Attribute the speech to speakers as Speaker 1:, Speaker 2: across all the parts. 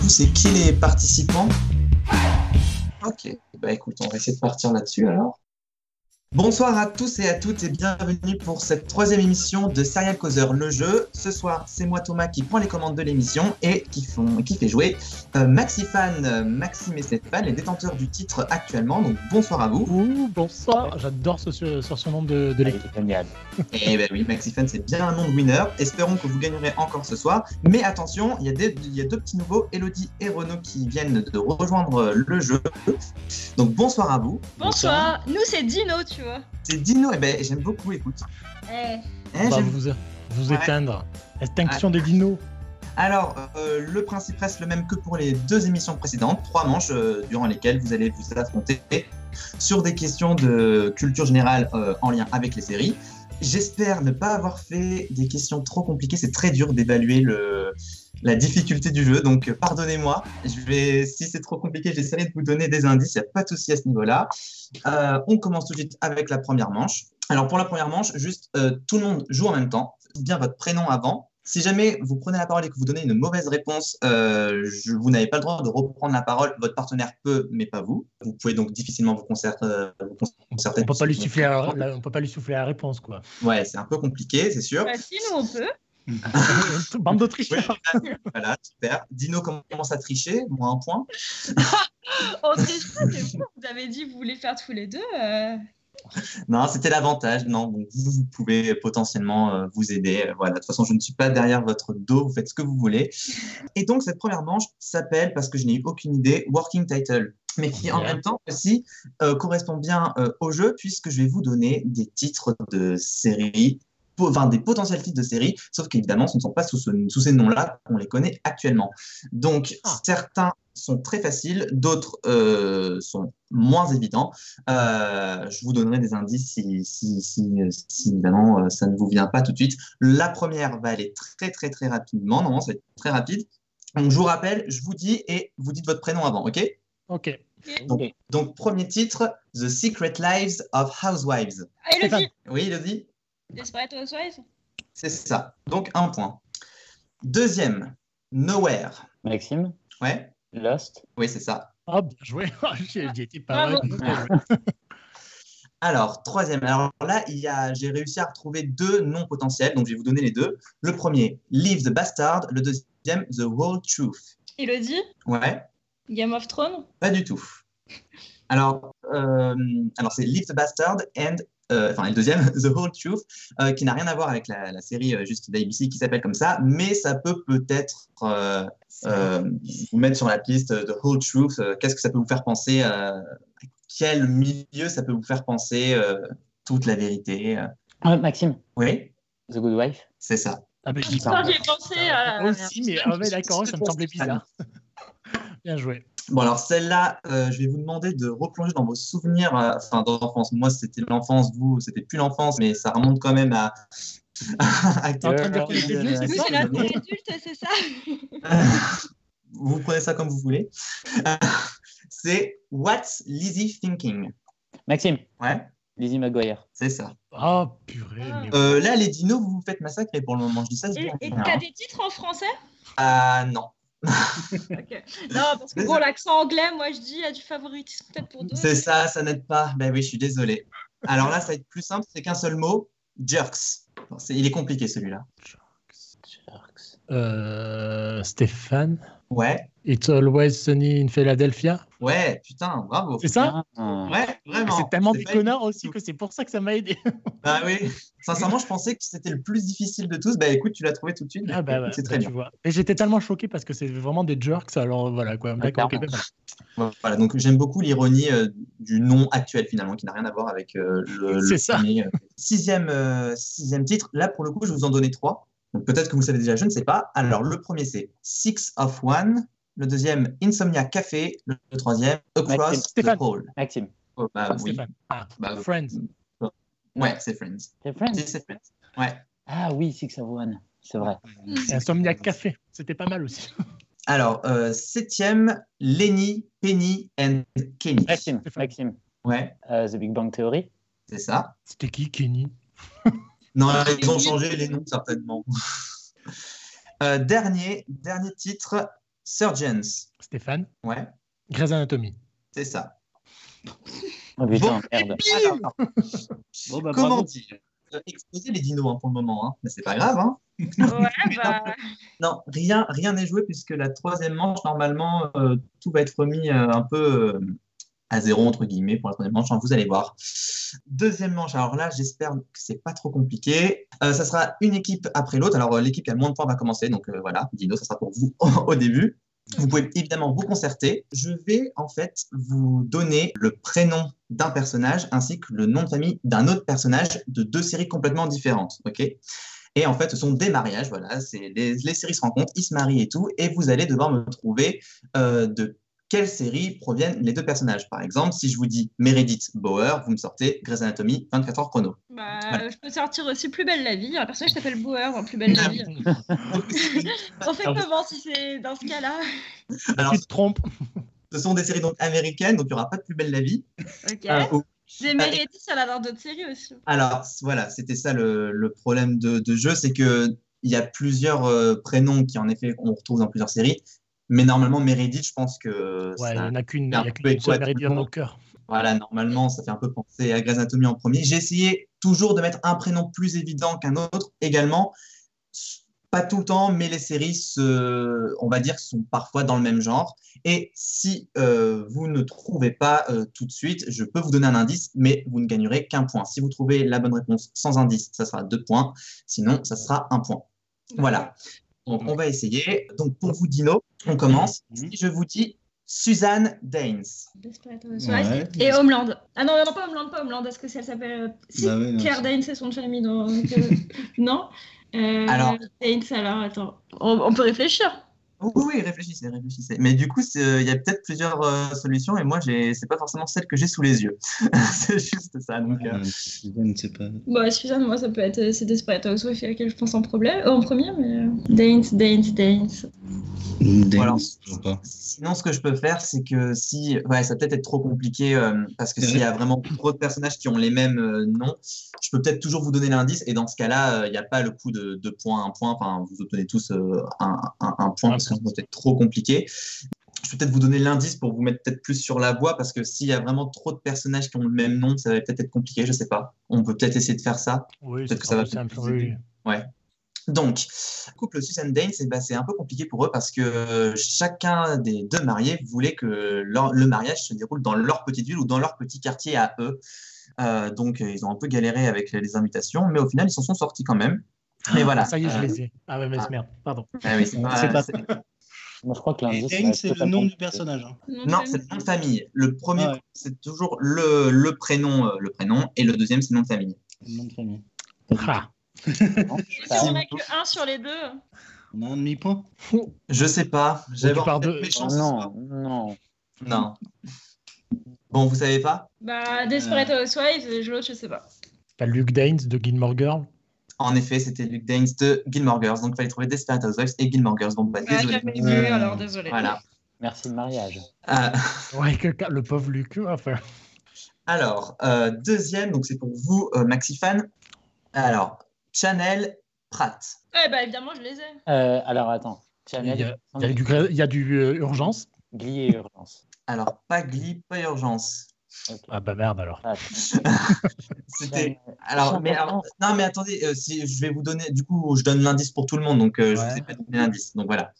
Speaker 1: coup, c'est qui les participants Ok, bah écoute, on va essayer de partir là-dessus alors. Bonsoir à tous et à toutes et bienvenue pour cette troisième émission de Serial Causeur, le jeu. Ce soir, c'est moi Thomas qui prend les commandes de l'émission et qui, font, qui fait jouer euh, Maxifan, euh, Maxime et Stéphane, les détenteurs du titre actuellement. Donc bonsoir à vous.
Speaker 2: Ouh, bonsoir, j'adore ce, ce surnom de, de
Speaker 3: Elle
Speaker 2: l'équipe.
Speaker 3: est géniale.
Speaker 1: Eh ben oui, Maxifan, c'est bien un nom de winner. Espérons que vous gagnerez encore ce soir. Mais attention, il y a, des- il y a deux petits nouveaux, Elodie et Renaud, qui viennent de rejoindre le jeu. Donc bonsoir à vous.
Speaker 4: Bonsoir, nous c'est Dino, tu vois.
Speaker 1: C'est Dino, eh ben j'aime beaucoup, écoute.
Speaker 4: Eh,
Speaker 1: Eh,
Speaker 2: On va
Speaker 1: j'aime-
Speaker 2: vous, vous
Speaker 1: Ouais.
Speaker 2: éteindre. Extinction des dinos.
Speaker 1: Alors, euh, le principe reste le même que pour les deux émissions précédentes, trois manches euh, durant lesquelles vous allez vous affronter sur des questions de culture générale euh, en lien avec les séries. J'espère ne pas avoir fait des questions trop compliquées, c'est très dur d'évaluer le- la difficulté du jeu, donc euh, pardonnez-moi. Je vais, si c'est trop compliqué, j'essaierai de vous donner des indices, il n'y a pas de souci à ce niveau-là. Euh, on commence tout de suite avec la première manche. Alors pour la première manche, juste euh, tout le monde joue en même temps. Dites bien votre prénom avant. Si jamais vous prenez la parole et que vous donnez une mauvaise réponse, euh, je- vous n'avez pas le droit de reprendre la parole. Votre partenaire peut, mais pas vous. Vous pouvez donc difficilement vous concerter. vous concerter
Speaker 2: On peut pas lui
Speaker 1: sur-
Speaker 2: souffler la, la- on peut pas lui souffler la réponse quoi.
Speaker 1: Ouais, c'est un peu compliqué, c'est sûr.
Speaker 4: bah si, nous on peut.
Speaker 2: Bande d'Autrichiens.
Speaker 1: Voilà, super. Dino commence à tricher, moins un point.
Speaker 4: On triche pas, Oh, c'est bon. Vous avez dit que vous voulez faire tous les deux. euh,
Speaker 1: Non, c'était l'avantage. Non, donc vous, vous pouvez potentiellement euh, vous aider. Euh, Voilà, de toute façon, je ne suis pas derrière votre dos. Vous faites ce que vous voulez. Et donc, cette première manche s'appelle, parce que je n'ai eu aucune idée, Working Title, mais qui en
Speaker 2: Bien.
Speaker 1: même temps aussi euh, correspond bien euh, au jeu, puisque je vais vous donner des titres de séries, po- enfin des potentiels titres de séries, sauf qu'évidemment, ce ne sont pas sous, ce- sous ces noms-là qu'on les connaît actuellement. Donc,
Speaker 2: Ah.
Speaker 1: certains sont très faciles, d'autres euh, sont moins évidents. Euh, je vous donnerai des indices si, si, si, euh, si, évidemment euh, ça ne vous vient pas tout de suite. La première va aller très très très rapidement. Normalement, ça va être très rapide. Donc, je vous rappelle, je vous dis et vous dites votre prénom avant, ok
Speaker 2: Ok.
Speaker 3: Ok.
Speaker 1: Donc, premier titre, The Secret Lives of Housewives.
Speaker 4: Ah, Elodie,
Speaker 1: Oui, Elodie
Speaker 4: Desperate Housewives
Speaker 1: C'est ça. Donc, un point. Deuxième, Nowhere.
Speaker 3: Maxime,
Speaker 1: Ouais
Speaker 3: Lost,
Speaker 1: Oui, c'est ça.
Speaker 2: Ah bien joué. J'y ai- j'y étais pas
Speaker 4: Bravo.
Speaker 2: mal. Bien joué.
Speaker 1: Alors, troisième. Alors là, il y a- j'ai réussi à retrouver deux noms potentiels, donc je vais vous donner les deux. Le premier, Leave the Bastard. Le deuxième, The World Truth.
Speaker 4: Elodie,
Speaker 1: Ouais,
Speaker 4: Game of Thrones
Speaker 1: pas du tout. Alors, euh, alors c'est Leave the Bastard and, euh, enfin, et le deuxième, The World Truth, euh, qui n'a rien à voir avec la, la série euh, juste d'ABC qui s'appelle comme ça, mais ça peut peut-être euh, euh, vous mettre sur la piste de Whole Truth. euh, Qu'est-ce que ça peut vous faire penser euh, à Quel milieu ça peut vous faire penser euh, toute la vérité euh.
Speaker 3: Ah, Maxime,
Speaker 1: Oui,
Speaker 3: The Good Wife,
Speaker 1: c'est ça.
Speaker 2: Ah mais j'y
Speaker 4: Putain, j'y ai pensé. ah,
Speaker 2: Moi
Speaker 4: merde.
Speaker 2: aussi mais ah, mais d'accord ça me semblait bizarre. Bien joué.
Speaker 1: Bon, alors celle-là, euh, je vais vous demander de replonger dans vos souvenirs euh, enfin, d'enfance. Moi, c'était l'enfance, vous, c'était plus l'enfance, mais ça remonte quand même à. à-
Speaker 2: T'es en train de dire
Speaker 3: Euh,
Speaker 2: qu'on était
Speaker 1: euh,
Speaker 2: vieux, c'est
Speaker 4: Nous
Speaker 2: ça
Speaker 4: c'est la vie adulte, c'est ça
Speaker 1: vous prenez ça comme vous voulez. C'est What's Lizzie Thinking
Speaker 3: Maxime,
Speaker 1: Ouais,
Speaker 3: Lizzie McGuire.
Speaker 1: c'est ça.
Speaker 2: Ah purée. mais-
Speaker 1: Euh, là, les dinos, vous vous faites massacrer pour le moment. Je dis ça, c'est
Speaker 4: Et
Speaker 1: bien.
Speaker 4: et t'as des titres en français
Speaker 1: Ah non,
Speaker 4: Ok. Non, parce que bon, l'accent anglais, moi je dis, il y a du favoritisme peut-être pour d'autres.
Speaker 1: c'est ça, ça n'aide pas. Ben oui, je suis désolé. Alors là, ça va être plus simple, c'est qu'un seul mot jerks. Bon, c'est- il est compliqué celui-là.
Speaker 3: Jerks.
Speaker 2: Euh, Stéphane.
Speaker 1: Ouais.
Speaker 2: It's always sunny in Philadelphia.
Speaker 1: Ouais, putain, bravo.
Speaker 2: C'est ça.
Speaker 3: Ah.
Speaker 1: Ouais, vraiment.
Speaker 2: C'est tellement des
Speaker 1: pas
Speaker 2: connards
Speaker 1: évident
Speaker 2: aussi
Speaker 1: du tout.
Speaker 2: que c'est pour ça que ça m'a aidé.
Speaker 1: Bah oui. Sincèrement, je pensais que c'était le plus difficile de tous. Bah écoute, tu l'as trouvé tout de suite.
Speaker 2: Ah bah, ouais,
Speaker 1: c'est
Speaker 2: bah,
Speaker 1: très
Speaker 2: tu
Speaker 1: bien.
Speaker 2: vois. Et j'étais tellement choqué parce que c'est vraiment des jerks, alors voilà quoi. D'accord, ok,
Speaker 3: clairement.
Speaker 2: bah,
Speaker 1: Voilà, donc j'aime beaucoup l'ironie euh, du nom actuel finalement, qui n'a rien à voir avec euh, le,
Speaker 2: C'est
Speaker 1: le
Speaker 2: ça.
Speaker 1: premier, euh, sixième, euh, sixième titre. Là, pour le coup, je vais vous en donner trois. Donc peut-être que vous le savez déjà, je ne sais pas. Alors le premier, c'est Six of One. Le deuxième, Insomnia Café. Le troisième,
Speaker 3: Maxime.
Speaker 1: Across the
Speaker 2: Stéphane.
Speaker 1: Hall.
Speaker 3: Maxime,
Speaker 1: Oh, bah, oui.
Speaker 2: Stéphane. Ah,
Speaker 1: Bah,
Speaker 2: Friends.
Speaker 1: Ouais, c'est Friends.
Speaker 3: c'est Friends.
Speaker 1: Si, c'est Friends. Ouais.
Speaker 3: Ah oui, Six of One, c'est vrai.
Speaker 2: Et Insomniac Café. C'était pas mal aussi.
Speaker 1: Alors, euh, septième, Lenny, Penny and Kenny.
Speaker 3: Maxime,
Speaker 2: Stéphane.
Speaker 3: Maxime,
Speaker 1: Ouais,
Speaker 3: euh, The Big Bang Theory.
Speaker 1: c'est ça.
Speaker 2: C'était qui, Kenny
Speaker 1: Non, ils ont changé les noms, certainement. Euh, dernier, dernier titre, Surgeons.
Speaker 2: Stéphane.
Speaker 1: Ouais,
Speaker 2: Grey's Anatomy.
Speaker 1: c'est ça.
Speaker 3: Oh
Speaker 1: Bon,
Speaker 3: putain, merde.
Speaker 1: Alors,
Speaker 3: Bon, bah,
Speaker 1: comment
Speaker 3: bravo.
Speaker 1: dire Euh, Exposer les dinos hein, pour le moment, hein. mais c'est pas grave. Hein.
Speaker 4: Ouais, bah,
Speaker 1: Non, rien rien n'est joué puisque la troisième manche, normalement, euh, tout va être remis euh, un peu euh, à zéro, entre guillemets, pour la troisième manche. hein, vous allez voir. Deuxième manche, alors là, j'espère que c'est pas trop compliqué. Euh, ça sera une équipe après l'autre. Alors, euh, l'équipe qui a le moins de points va commencer. Donc, euh, voilà, Dino, ça sera pour vous au début. Vous pouvez évidemment vous concerter. Je vais en fait vous donner le prénom d'un personnage ainsi que le nom de famille d'un autre personnage de deux séries complètement différentes. OK et en fait, ce sont des mariages, voilà, c'est les, les séries se rencontrent, ils se marient et tout, et vous allez devoir me trouver euh, de quelle série proviennent les deux personnages. Par exemple, si je vous dis Meredith Bauer, vous me sortez Grey's Anatomy, 24 heures chrono.
Speaker 4: bah, je peux sortir aussi Plus Belle la Vie. Il y a un personnage qui s'appelle Bauer dans Plus Belle la Vie. On fait comment si c'est dans ce cas-là
Speaker 1: Alors,
Speaker 2: Tu te trompes.
Speaker 1: ce sont des séries donc américaines, donc il n'y aura pas de plus belle la vie.
Speaker 4: Ok.
Speaker 2: Ah,
Speaker 1: oh.
Speaker 4: J'ai Meredith, elle a dans d'autres séries aussi.
Speaker 1: Alors, c- voilà, c'était ça le, le problème de, de jeu, c'est que il y a plusieurs euh, prénoms qui, en effet, on retrouve dans plusieurs séries, mais normalement, Meredith, je pense que
Speaker 2: Ouais, il n'y
Speaker 1: ça-
Speaker 2: en a qu'une. Il n'y
Speaker 1: un
Speaker 2: a
Speaker 1: peu
Speaker 2: qu'une seule
Speaker 1: écho à tout
Speaker 2: Meredith
Speaker 1: le
Speaker 2: dans
Speaker 1: monde.
Speaker 2: nos cœurs.
Speaker 1: Voilà, normalement, ça fait un peu penser à Grey's Anatomy en premier. J'ai essayé toujours de mettre un prénom plus évident qu'un autre également. Pas tout le temps, mais les séries, se- on va dire, sont parfois dans le même genre. Et si euh, vous ne trouvez pas euh, tout de suite, je peux vous donner un indice, mais vous ne gagnerez qu'un point. Si vous trouvez la bonne réponse sans indice, ça sera deux points. Sinon, ça sera un point. Voilà. Donc, on va essayer. Donc, pour vous, Dino, on commence. Si je vous dis Suzanne Daines.
Speaker 4: Desperate Housewives.
Speaker 5: Ouais.
Speaker 4: Et Homeland. Ah non, non, pas Homeland, pas Homeland. Est-ce que ça s'appelle. euh, Si,
Speaker 5: Bah ouais, non,
Speaker 4: Claire
Speaker 5: c'est-
Speaker 4: Danes, c'est son famille. Donc, euh, non Euh,
Speaker 1: Alors.
Speaker 4: Danes, alors, attends. On, on peut réfléchir.
Speaker 1: Oui, oui, réfléchissez, réfléchissez. Mais du coup, c'est- il y a peut-être plusieurs euh, solutions et moi, j'ai- c'est pas forcément celle que j'ai sous les yeux. c'est juste ça. Donc, euh,
Speaker 5: Euh, Suzanne, c'est pas.
Speaker 4: Bon, Suzanne, moi, ça peut être. euh, C'est Desperate Housewives à laquelle je pense en, problème, euh, en premier, mais. euh, Danes, Danes, Danes.
Speaker 5: Dennis,
Speaker 1: alors-
Speaker 5: je vois pas.
Speaker 1: sinon, ce que je peux faire, c'est que si, ouais, ça peut peut-être être trop compliqué euh, parce que
Speaker 5: Ouais.
Speaker 1: s'il y a vraiment trop de personnages qui ont les mêmes euh, noms, je peux peut-être toujours vous donner l'indice et dans ce cas-là, euh, il n'y a pas le coup de deux points, un point. Enfin, vous obtenez tous euh, un, un- un point
Speaker 2: Un
Speaker 1: parce que
Speaker 2: point.
Speaker 1: c'est peut-être trop compliqué. Je peux peut-être vous donner l'indice pour vous mettre peut-être plus sur la voie parce que s'il y a vraiment trop de personnages qui ont le même nom, ça va peut-être être compliqué. Je sais pas. On peut peut-être essayer de faire ça.
Speaker 2: Oui,
Speaker 1: Peut-être
Speaker 2: c'est
Speaker 1: que ça va
Speaker 2: plus simple.
Speaker 1: plus
Speaker 2: oui.
Speaker 1: aider. Donc, couple Susan Dane, c'est bah, c'est un peu compliqué pour eux parce que euh, chacun des deux mariés voulait que leur- le mariage se déroule dans leur petite ville ou dans leur petit quartier à eux. Euh, donc, euh, ils ont un peu galéré avec les invitations, mais au final, ils s'en sont sortis quand même. Mais voilà.
Speaker 2: Ça y est, je
Speaker 1: Euh,
Speaker 2: les ai. Ah ouais, mais
Speaker 1: ah.
Speaker 2: merde. Pardon.
Speaker 1: ah oui, c'est pas-
Speaker 5: C'est pas-
Speaker 1: c'est-
Speaker 3: Moi, je crois que
Speaker 5: Et
Speaker 3: l'indice. euh,
Speaker 5: Dennis,
Speaker 3: va
Speaker 5: c'est le
Speaker 3: totalement-
Speaker 5: nom du personnage. hein.
Speaker 1: Non, c'est le nom de famille. Le premier,
Speaker 5: Ah ouais.
Speaker 1: c'est toujours le, le prénom, euh, le prénom, et le deuxième, c'est le nom de famille.
Speaker 5: Le nom de famille.
Speaker 2: Ah.
Speaker 3: Non, je sais
Speaker 4: Si on
Speaker 3: pas.
Speaker 4: a que un sur les deux.
Speaker 5: On a un demi-point.
Speaker 1: Je sais pas. J'avais
Speaker 2: pars
Speaker 1: en tête
Speaker 2: de-
Speaker 1: mes chances.
Speaker 3: Non, non.
Speaker 1: Non. Bon, vous savez pas
Speaker 4: Bah, Desperate
Speaker 1: Euh.
Speaker 4: Housewives, et l'autre, je sais pas.
Speaker 2: T'as Luke Daines de Gilmore Girl.
Speaker 1: En effet, c'était Luke Daines de Gilmore Girls. Donc, il fallait trouver Desperate Housewives et Gilmore Girls. Bon, bah,
Speaker 4: Bah,
Speaker 1: désolé.
Speaker 4: j'avais vu, alors désolé.
Speaker 1: Voilà.
Speaker 3: Merci le mariage.
Speaker 1: Euh,
Speaker 2: Ouais, que, le pauvre Luke. hein, Enfin,
Speaker 1: alors, euh, deuxième, donc c'est pour vous, euh, Maxi Fan. Alors, Chanel Pratt.
Speaker 4: Ouais, bah évidemment, je les ai.
Speaker 3: Euh, alors, attends.
Speaker 2: il y a,
Speaker 3: Chanel,
Speaker 2: il y a du, gré- il y a du euh, urgence.
Speaker 3: Glee et Urgence.
Speaker 1: Alors, pas Glee, pas Urgence.
Speaker 3: Ok.
Speaker 2: Ah bah merde alors.
Speaker 3: Ah,
Speaker 1: C'était. Alors, mais alors- non, mais attendez, euh, si je vais vous donner. Du coup, je donne l'indice pour tout le monde, donc euh, je
Speaker 2: Ouais.
Speaker 1: vous ai pas donné l'indice. Donc voilà.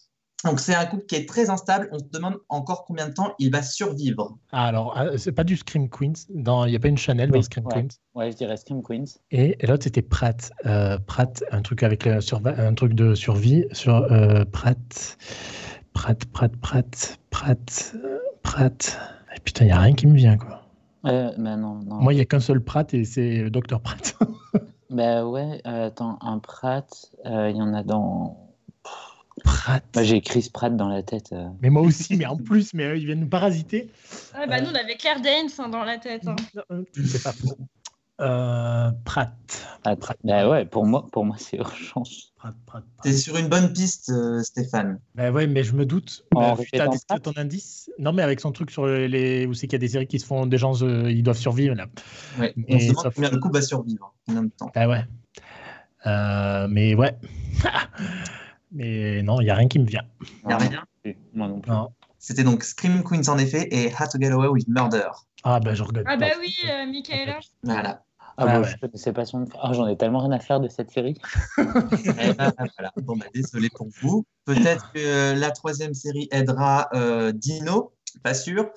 Speaker 1: Donc c'est un couple qui est très instable. On se demande encore combien de temps il va survivre.
Speaker 2: Ah, alors, ah, c'est pas du Scream Queens. Non, il n'y a pas une Chanel dans
Speaker 3: Oui,
Speaker 2: Scream
Speaker 3: ouais.
Speaker 2: Queens.
Speaker 3: Ouais, je dirais Scream Queens.
Speaker 2: Et l'autre, c'était Pratt. Euh, Pratt, un truc, avec le surva- un truc de survie sur euh, Pratt. Pratt, Pratt, Pratt, Pratt, euh, Pratt. Et putain, il n'y a rien qui me vient, quoi.
Speaker 3: Euh, mais non, non.
Speaker 2: Moi, il n'y a qu'un seul Pratt et c'est le Dr. Pratt.
Speaker 3: Bah ouais, euh, attends, un Pratt, euh, il y en a dans.
Speaker 2: Pratt.
Speaker 3: Moi, Bah, j'ai Chris Pratt dans la tête. euh.
Speaker 2: Mais moi aussi, mais en plus, mais eux, ils viennent nous parasiter.
Speaker 4: Ouais, bah
Speaker 2: Euh.
Speaker 4: nous, on avait Claire Danes hein, dans la tête. hein.
Speaker 2: C'est pas faux. Euh, Pratt.
Speaker 3: Pratt.
Speaker 2: Pratt.
Speaker 3: Bah ouais, pour moi, pour moi c'est Urgence.
Speaker 2: Pratt, Pratt, Pratt.
Speaker 1: T'es sur une bonne piste, euh, Stéphane.
Speaker 2: Bah ouais, mais je me doute.
Speaker 3: En
Speaker 2: Bah, vu que
Speaker 3: répétant
Speaker 2: t'as dit-
Speaker 3: Pratt.
Speaker 2: ton indice. Non, mais avec son truc sur les. où c'est qu'il y a des séries qui se font. des gens, euh, ils doivent survivre, là.
Speaker 1: Ouais,
Speaker 2: Mais
Speaker 1: on se demande
Speaker 2: sauf-
Speaker 1: combien de couple va survivre, combien de temps.
Speaker 2: Ah ouais. Euh, mais ouais. Mais non, il n'y a rien qui me vient.
Speaker 1: Y a
Speaker 3: Non,
Speaker 1: rien.
Speaker 3: non plus. Moi non plus.
Speaker 2: Non.
Speaker 1: C'était donc Scream Queens en effet et How to Get Away with Murder.
Speaker 2: Ah bah je regarde.
Speaker 4: Ah bah
Speaker 2: pas.
Speaker 4: oui, euh, Michaela.
Speaker 1: Voilà.
Speaker 3: Ah,
Speaker 2: Ah
Speaker 3: bah,
Speaker 2: ouais.
Speaker 3: je connaissais pas son. Ah, j'en ai tellement rien à faire de cette série.
Speaker 1: Eh ben, voilà. Bon, bah, désolé pour vous. Peut-être que euh, la troisième série aidera euh, Dino, pas sûr.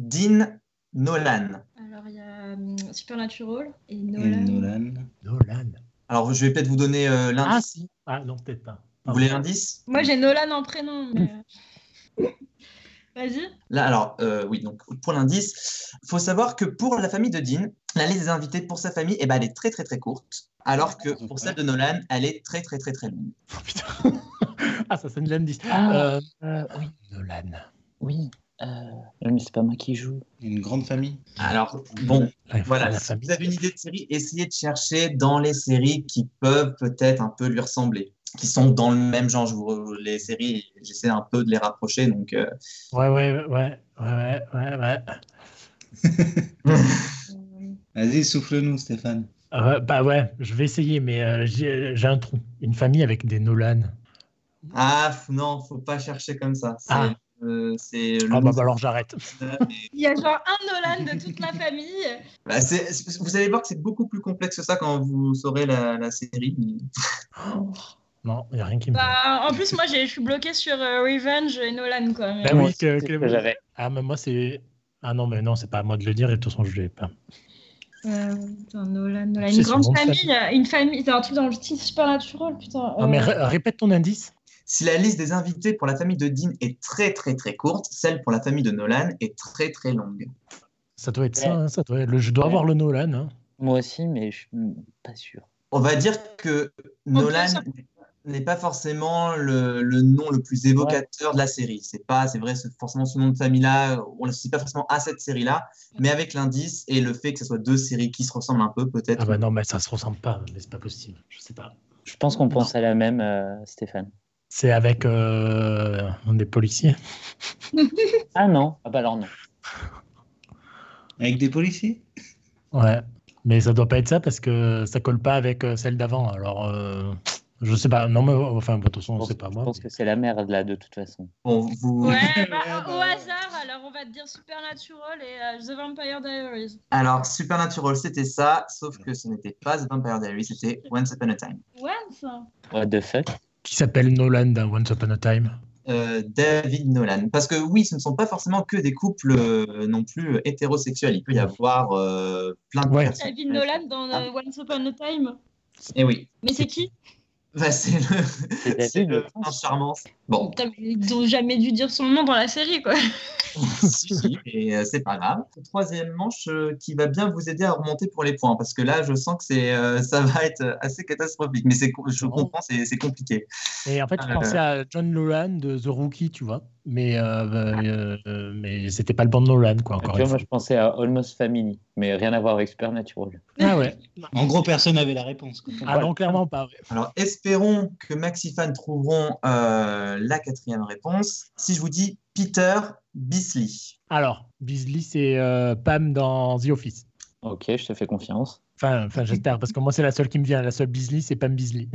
Speaker 1: Dean Nolan.
Speaker 4: Alors il y a hum, Supernatural et
Speaker 5: Et
Speaker 4: Nolan.
Speaker 5: Nolan.
Speaker 2: Nolan.
Speaker 1: Alors, je vais peut-être vous donner euh,
Speaker 3: Ah
Speaker 1: l'indice.
Speaker 3: si.
Speaker 2: Ah non, peut-être pas.
Speaker 1: vous voulez l'indice
Speaker 4: Moi j'ai Nolan en prénom. mais, euh, Vas-y.
Speaker 1: Là, alors, euh, oui, donc pour l'indice, il faut savoir que pour la famille de Dean, la liste des invités pour sa famille, eh ben, elle est très, très, très courte. Alors que pour celle de Nolan, elle est très, très, très, très longue.
Speaker 2: Oh, putain. ah, ça, c'est une l'indice.
Speaker 3: Ah
Speaker 2: Euh,
Speaker 3: euh, oui.
Speaker 2: Nolan.
Speaker 3: Oui. Euh, mais c'est pas moi qui joue.
Speaker 5: Une grande famille.
Speaker 1: Alors, bon,
Speaker 2: La-
Speaker 1: Voilà,
Speaker 2: la
Speaker 1: si
Speaker 2: famille.
Speaker 1: vous avez une idée de série, essayez de chercher dans les séries qui peuvent peut-être un peu lui ressembler, qui sont dans le même genre. Je vous- les séries, j'essaie un peu de les rapprocher. Donc, euh,
Speaker 2: Ouais, ouais, ouais, ouais, ouais, ouais, ouais.
Speaker 4: Hum,
Speaker 5: Vas-y, souffle-nous, Stéphane.
Speaker 2: Euh, bah ouais, je vais essayer, mais euh, j'ai j'ai un trou. Une famille avec des Nolan.
Speaker 1: ah f- non, faut pas chercher comme ça. C'est
Speaker 2: Mm. Ah.
Speaker 1: euh, c'est le
Speaker 2: Ah bah,
Speaker 1: nom
Speaker 2: bah, alors j'arrête.
Speaker 1: de ça, mais-
Speaker 4: Il y a genre un Nolan de toute la famille.
Speaker 1: Bah, c'est- c'est- vous allez voir que c'est beaucoup plus complexe que ça quand vous saurez la, la série. mais-
Speaker 2: Non, il n'y a rien qui me vient.
Speaker 4: Bah, en plus, moi, j'ai- je suis bloquée sur euh, Revenge et Nolan, quoi. mais-
Speaker 2: Bah
Speaker 3: Moi
Speaker 2: oui,
Speaker 3: aussi,
Speaker 2: que-
Speaker 3: c'est
Speaker 2: que-
Speaker 3: ce que j'avais.
Speaker 2: Ah, mais moi, c'est. Ah non, mais non, c'est pas à moi de le dire, et de toute façon, je l'ai pas.
Speaker 4: Euh, putain, Nolan, Nolan.
Speaker 2: C'est
Speaker 4: Une
Speaker 2: son nom
Speaker 4: grande
Speaker 2: de
Speaker 4: famille, euh, une famille. C'est un truc dans le style supernatural, putain.
Speaker 2: Non, Ah, mais
Speaker 4: Euh,
Speaker 2: ré- répète ton indice.
Speaker 1: Si la liste des invités pour la famille de Dean est très très très courte, celle pour la famille de Nolan est très très longue.
Speaker 2: Ça doit être
Speaker 3: Ouais.
Speaker 2: ça, hein, ça doit être- le- je dois
Speaker 3: Ouais.
Speaker 2: avoir le Nolan. hein.
Speaker 3: Moi aussi, mais je suis pas sûr.
Speaker 1: On va dire que Nolan
Speaker 4: ça-
Speaker 1: n'est pas forcément le, le nom le plus évocateur de la série. C'est pas, c'est vrai, c'est forcément ce nom de famille-là, on ne l'associe pas forcément à cette série-là, mais avec l'indice et le fait que ce soit deux séries qui se ressemblent un peu, peut-être.
Speaker 2: Ah bah non, mais ça se ressemble pas, mais c'est pas possible. Je sais pas.
Speaker 3: Je pense qu'on pense à la même, euh, Stéphane.
Speaker 2: C'est avec euh, un des policiers.
Speaker 3: Ah non. Ah bah alors non.
Speaker 5: Avec des policiers
Speaker 2: Ouais. Mais ça doit pas être ça parce que ça colle pas avec euh, celle d'avant. Alors, euh, je sais pas. Non, mais euh, enfin, de toute façon,
Speaker 3: pense-
Speaker 2: c'est pas
Speaker 3: je
Speaker 2: moi.
Speaker 3: pense que c'est la merde là, de toute façon.
Speaker 1: Bon, vous-
Speaker 4: Ouais, bah,
Speaker 5: Ouais, bah,
Speaker 4: au
Speaker 5: ouais.
Speaker 4: hasard, alors on va te dire Supernatural et euh, The Vampire Diaries.
Speaker 1: Alors, Supernatural, c'était ça, sauf que ce n'était pas The Vampire Diaries, c'était Once Upon a Time.
Speaker 4: Once
Speaker 3: What the fuck
Speaker 2: Qui s'appelle Nolan dans Once Upon a Time.
Speaker 1: Euh, David Nolan. Parce que oui, ce ne sont pas forcément que des couples euh, non plus hétérosexuels. Il peut y avoir euh, plein de
Speaker 2: Ouais. Ah.
Speaker 1: personnes.
Speaker 4: David Nolan dans euh, Once Upon a Time.
Speaker 1: Et oui,
Speaker 4: Mais c'est qui
Speaker 1: Bah, c'est le,
Speaker 3: C'est
Speaker 1: C'est
Speaker 3: David,
Speaker 1: le
Speaker 3: je pense.
Speaker 1: prince charmant. Bon,
Speaker 4: Putain, mais Ils ont jamais dû dire son nom dans la série, quoi.
Speaker 1: si, si, et euh, c'est pas grave. Troisième manche euh, qui va bien vous aider à remonter pour les points, parce que là, je sens que c'est, euh, ça va être euh, assez catastrophique, mais c'est, co- je
Speaker 2: Non.
Speaker 1: comprends, c'est, c'est compliqué.
Speaker 2: Et en fait, je
Speaker 3: Ah.
Speaker 1: Euh.
Speaker 2: pensais à John Nolan de The Rookie, tu vois. Mais, euh, euh, euh, mais c'était pas le bon Nolan, quoi,
Speaker 3: Ah, Tu
Speaker 2: encore
Speaker 3: vois,
Speaker 2: une
Speaker 3: moi
Speaker 2: fois.
Speaker 3: je pensais à Almost Family, mais rien à voir avec Supernatural.
Speaker 2: Ah ouais.
Speaker 5: En gros, personne n'avait la réponse. quoi.
Speaker 2: Ah non, clairement pas. ouais.
Speaker 1: Alors, espérons que Max et Fan trouveront euh, la quatrième réponse. Si je vous dis Peter Beasley.
Speaker 2: Alors, Beasley, c'est euh, Pam dans The Office.
Speaker 3: Ok, je te fais confiance.
Speaker 2: Enfin, enfin j'espère, parce que moi, c'est la seule qui me vient. La seule Beasley, c'est Pam Beasley.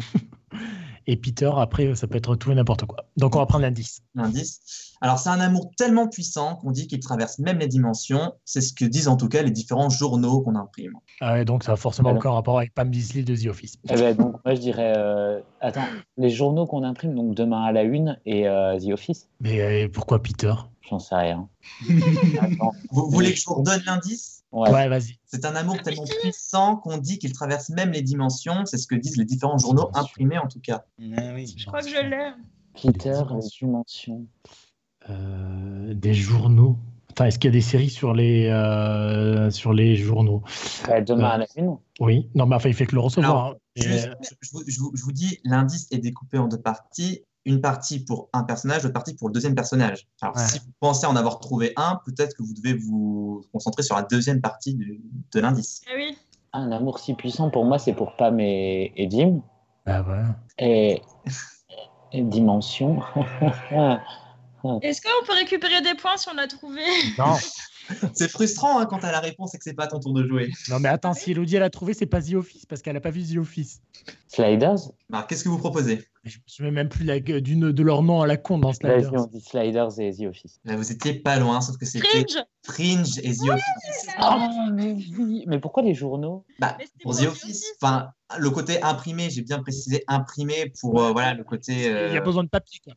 Speaker 2: Et Peter, après, ça peut être tout et n'importe quoi. Donc, on va prendre l'indice.
Speaker 1: L'indice. Alors, c'est un amour tellement puissant qu'on dit qu'il traverse même les dimensions. C'est ce que disent en tout cas les différents journaux qu'on imprime.
Speaker 2: Ah ouais, donc, ça a forcément
Speaker 3: Alors.
Speaker 2: aucun rapport avec Pam Beasley de The Office.
Speaker 3: Eh ben, donc moi je dirais, euh, attends, les journaux qu'on imprime, donc demain à la une et euh, The Office,
Speaker 2: Mais euh, pourquoi Peter
Speaker 3: j'en sais rien. Attends,
Speaker 1: Vous vous voulez que je vous redonne l'indice
Speaker 3: ouais.
Speaker 2: Ouais, vas-y.
Speaker 1: Ah, C'est un amour tellement puissant qu'on dit qu'il traverse même les dimensions. C'est ce que disent les différents journaux
Speaker 2: Dimensions.
Speaker 1: imprimés en tout cas.
Speaker 5: Ah oui.
Speaker 4: Je crois que je l'ai.
Speaker 3: Peter, les dimensions.
Speaker 2: Euh, des journaux. Attends, est-ce qu'il y a des séries sur les, euh, sur les journaux
Speaker 3: Ouais, demain à la une.
Speaker 2: Oui. Non, mais enfin, il fait que le recevoir. hein. Mais,
Speaker 1: Juste,
Speaker 2: euh,
Speaker 1: je, je vous, je vous- je vous dis, l'indice est découpé en deux parties. Une partie pour un personnage, l'autre partie pour le deuxième personnage. Alors,
Speaker 2: Ouais.
Speaker 1: si vous pensez en avoir trouvé un, peut-être que vous devez vous concentrer sur la deuxième partie du- de l'indice.
Speaker 4: Ah oui.
Speaker 3: Un amour si puissant pour moi, c'est pour Pam et, et Jim.
Speaker 2: bah ouais.
Speaker 3: Et, et dimension.
Speaker 4: Est-ce qu'on peut récupérer des points si on a trouvé
Speaker 2: Non.
Speaker 1: C'est frustrant hein, quand t'as la réponse et que c'est pas ton tour de jouer.
Speaker 2: non, mais attends, si Elodie, elle a trouvé, c'est pas The Office, parce qu'elle a pas vu The Office.
Speaker 3: Sliders
Speaker 1: Alors, qu'est-ce que vous proposez
Speaker 2: Mais Je me souviens même plus la- d'une- de leur nom à la con dans
Speaker 3: Vas-y,
Speaker 2: Sliders.
Speaker 3: on dit Sliders et The Office.
Speaker 1: Là, vous étiez pas loin, sauf que c'était
Speaker 4: Cringe
Speaker 1: Fringe et The Office.
Speaker 3: Ah, mais oui Mais pourquoi les journaux
Speaker 1: Bah,
Speaker 4: Mais c'était
Speaker 1: pour
Speaker 4: pour
Speaker 1: The
Speaker 4: The
Speaker 1: Office,
Speaker 4: Office.
Speaker 1: enfin, le côté imprimé, j'ai bien précisé imprimé pour euh, voilà, le côté.
Speaker 2: Il y a
Speaker 1: euh,
Speaker 2: besoin de papier. Quoi.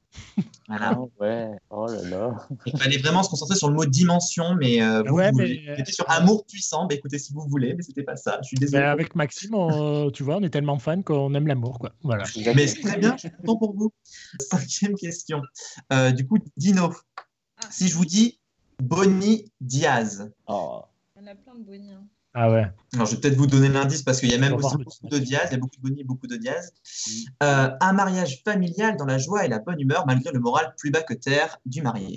Speaker 1: voilà.
Speaker 3: Ah ouais, oh là là.
Speaker 1: Il fallait vraiment se concentrer sur le mot dimension, mais euh, vous,
Speaker 2: Ouais,
Speaker 1: vous-
Speaker 2: mais-
Speaker 1: vous étiez sur amour puissant. Bah, écoutez, si vous voulez, mais c'était pas ça. Je suis
Speaker 2: Mais
Speaker 1: désolé.
Speaker 2: avec Maxime, on- euh, tu vois, on est tellement fan qu'on aime l'amour. quoi. Voilà.
Speaker 1: Mais c'est très bien, je suis content pour vous. Cinquième question. Euh, du coup, Dino,
Speaker 4: Ah,
Speaker 1: si je vous dis Bonnie Diaz,
Speaker 3: Oh.
Speaker 4: Il y en a plein de Bonnie. hein.
Speaker 2: Ah ouais.
Speaker 1: alors je vais peut-être vous donner l'indice parce qu'il y a même
Speaker 2: On va
Speaker 1: aussi
Speaker 2: voir le
Speaker 1: beaucoup de
Speaker 2: personnage.
Speaker 1: Diaz, il y a beaucoup de Bonnie, beaucoup de Diaz.
Speaker 5: Mm.
Speaker 1: Euh, un mariage familial dans la joie et la bonne humeur malgré le moral plus bas que terre du marié.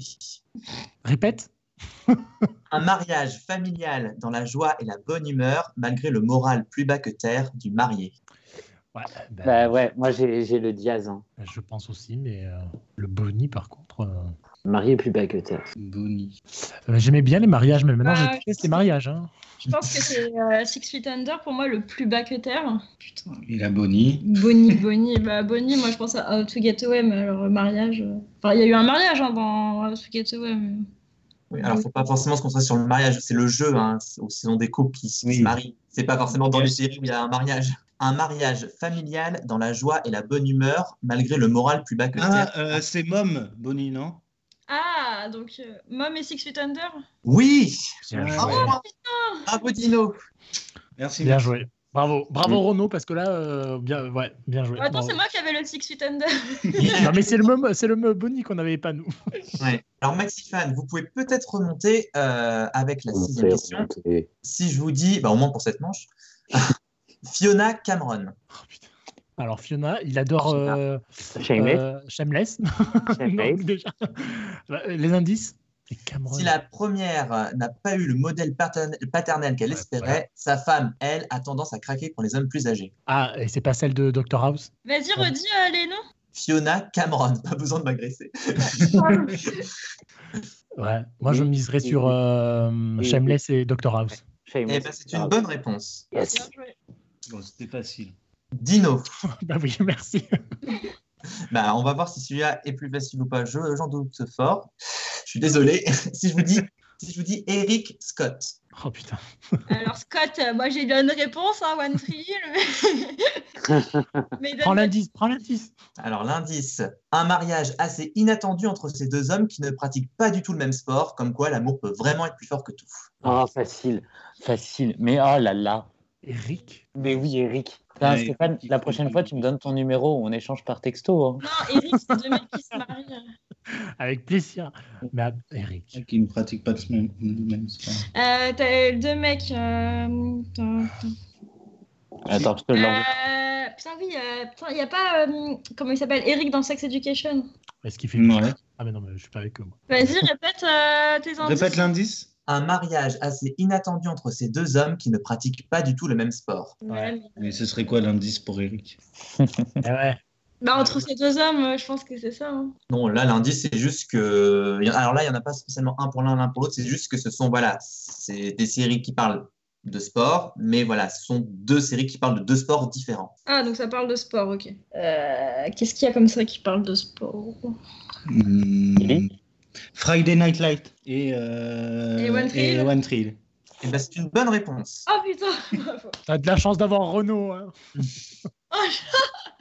Speaker 2: Répète.
Speaker 1: Un mariage familial dans la joie et la bonne humeur malgré le moral plus bas que terre du marié.
Speaker 2: Ouais, ben,
Speaker 3: Bah ouais, moi j'ai j'ai le Diaz. Hein.
Speaker 2: Je pense aussi, mais euh, le Bonnie, par contre. euh,
Speaker 3: Marié plus bas que terre.
Speaker 5: Bonnie.
Speaker 2: euh, J'aimais bien les mariages, mais maintenant,
Speaker 4: Ah,
Speaker 2: je déteste les mariages. hein.
Speaker 4: Je pense que c'est euh, Six Feet Under pour moi le plus bas que terre.
Speaker 5: Putain, et la Bonnie.
Speaker 4: Bonnie, Bonnie, bah Bonnie, moi je pense à How to Get Away, mais alors euh, mariage. euh. Enfin, il y a eu un mariage hein, dans How to Get Away. mais-
Speaker 1: Oui, alors, faut pas forcément se concentrer sur le mariage, c'est le jeu, hein. c'est ce sont des couples qui, s- qui
Speaker 5: Oui.
Speaker 1: se marient. C'est pas forcément dans
Speaker 5: Oui.
Speaker 1: les séries où il y a un mariage. Un mariage familial dans la joie et la bonne humeur, malgré le moral plus bas que terre.
Speaker 5: Ah, euh, c'est Mom, Bonnie, non
Speaker 4: Ah, donc euh, Mom et Six Feet Under
Speaker 1: Oui
Speaker 2: Bien
Speaker 5: Ah
Speaker 2: joué.
Speaker 1: Bravo, Bravo, Dino
Speaker 5: Merci.
Speaker 2: Bien joué. Bravo, bravo Renaud, parce que là, euh, bien, ouais, bien joué.
Speaker 4: Attends,
Speaker 2: Bravo.
Speaker 4: c'est moi qui avais le Six Feet Under.
Speaker 2: Non, mais c'est le même, c'est le même Bonnie qu'on n'avait pas nous.
Speaker 1: Ouais. Alors, Maxifan, vous pouvez peut-être remonter euh, avec la sixième question. Si je vous dis, bah, au moins pour cette manche, Fiona Cameron.
Speaker 2: Alors Fiona, il adore euh,
Speaker 3: Shameless.
Speaker 2: euh, Shameless.
Speaker 1: Euh,
Speaker 3: Shameless.
Speaker 2: Donc, déjà. Les indices. Et Cameron.
Speaker 1: Si la première euh, n'a pas eu le modèle paterne- paternel qu'elle
Speaker 2: Ouais,
Speaker 1: espérait,
Speaker 2: voilà.
Speaker 1: sa femme, elle, a tendance à craquer pour les hommes plus âgés.
Speaker 2: Ah, et c'est pas celle de Dr House.
Speaker 4: Vas-y,
Speaker 2: Ah.
Speaker 4: redis euh, les noms.
Speaker 1: Fiona Cameron, pas besoin de m'agresser.
Speaker 2: Ouais. Moi, je
Speaker 3: Oui,
Speaker 2: miserais
Speaker 3: oui,
Speaker 2: sur
Speaker 3: oui.
Speaker 2: euh,
Speaker 3: oui.
Speaker 2: Shameless et Dr House.
Speaker 1: Eh
Speaker 3: Shameless.
Speaker 1: ben, c'est une bonne réponse.
Speaker 4: Bien
Speaker 3: Yes.
Speaker 4: joué.
Speaker 5: Bon, c'était facile.
Speaker 1: Dino,
Speaker 2: bah oui, merci.
Speaker 1: bah, on va voir si celui-là est plus facile ou pas. Je, j'en doute fort. Je suis désolé. si, je vous dis, si je vous dis Eric Scott.
Speaker 2: Oh putain.
Speaker 4: Alors Scott, euh, moi j'ai eu une réponse, hein, One Tree Hill, mais... mais
Speaker 2: Prends
Speaker 4: donne-
Speaker 2: l'indice, prends l'indice.
Speaker 1: Alors l'indice, un mariage assez inattendu entre ces deux hommes qui ne pratiquent pas du tout le même sport, comme quoi l'amour peut vraiment être plus fort que tout.
Speaker 3: Oh, facile. Facile. Mais oh là là.
Speaker 2: Eric.
Speaker 3: Mais oui, Eric. Putain,
Speaker 5: Ouais,
Speaker 3: Stéphane,
Speaker 5: il
Speaker 3: la
Speaker 5: faut-
Speaker 3: prochaine fois, tu me donnes ton numéro, on échange par texto. hein.
Speaker 4: Non, Eric, c'est deux mecs qui se marient.
Speaker 2: Avec plaisir. Mais ah, Eric.
Speaker 5: Qui ne pratique pas le même, le même sport.
Speaker 4: Euh, T'as eu deux mecs... euh, attends, attends.
Speaker 3: Attends, parce que l'envie-
Speaker 4: Euh, putain, oui, euh, putain, il n'y a pas... euh, comment il s'appelle Eric dans Sex Education.
Speaker 2: Est-ce qu'il fait
Speaker 5: Ouais.
Speaker 2: Ah mais non, mais je suis pas avec eux. moi.
Speaker 4: Vas-y, répète euh, tes indices.
Speaker 5: Répète l'indice.
Speaker 1: Un mariage assez inattendu entre ces deux hommes qui ne pratiquent pas du tout le même sport.
Speaker 4: Ouais, mais-
Speaker 5: Mais ce serait quoi l'indice pour Eric
Speaker 2: Eh ouais.
Speaker 4: Bah, entre ces deux hommes, euh, je pense que c'est ça. hein.
Speaker 1: Non, là l'indice c'est juste que... Alors là il n'y en a pas spécialement un pour l'un, l'un pour l'autre, c'est juste que ce sont, voilà, c'est des séries qui parlent de sport, mais voilà, ce sont deux séries qui parlent de deux sports différents.
Speaker 4: Ah, donc ça parle de sport, ok. Euh, Qu'est-ce qu'il y a comme ça qui parle de sport Oh,
Speaker 5: Hmm.
Speaker 3: Eric
Speaker 5: Friday Night Light et, euh,
Speaker 4: Et One Tree Hill.
Speaker 5: One Tree Hill.
Speaker 1: Et ben c'est une bonne réponse.
Speaker 4: Oh putain Eh, Bravo.
Speaker 2: T'as de la chance d'avoir Renaud. hein.
Speaker 4: Oh, je-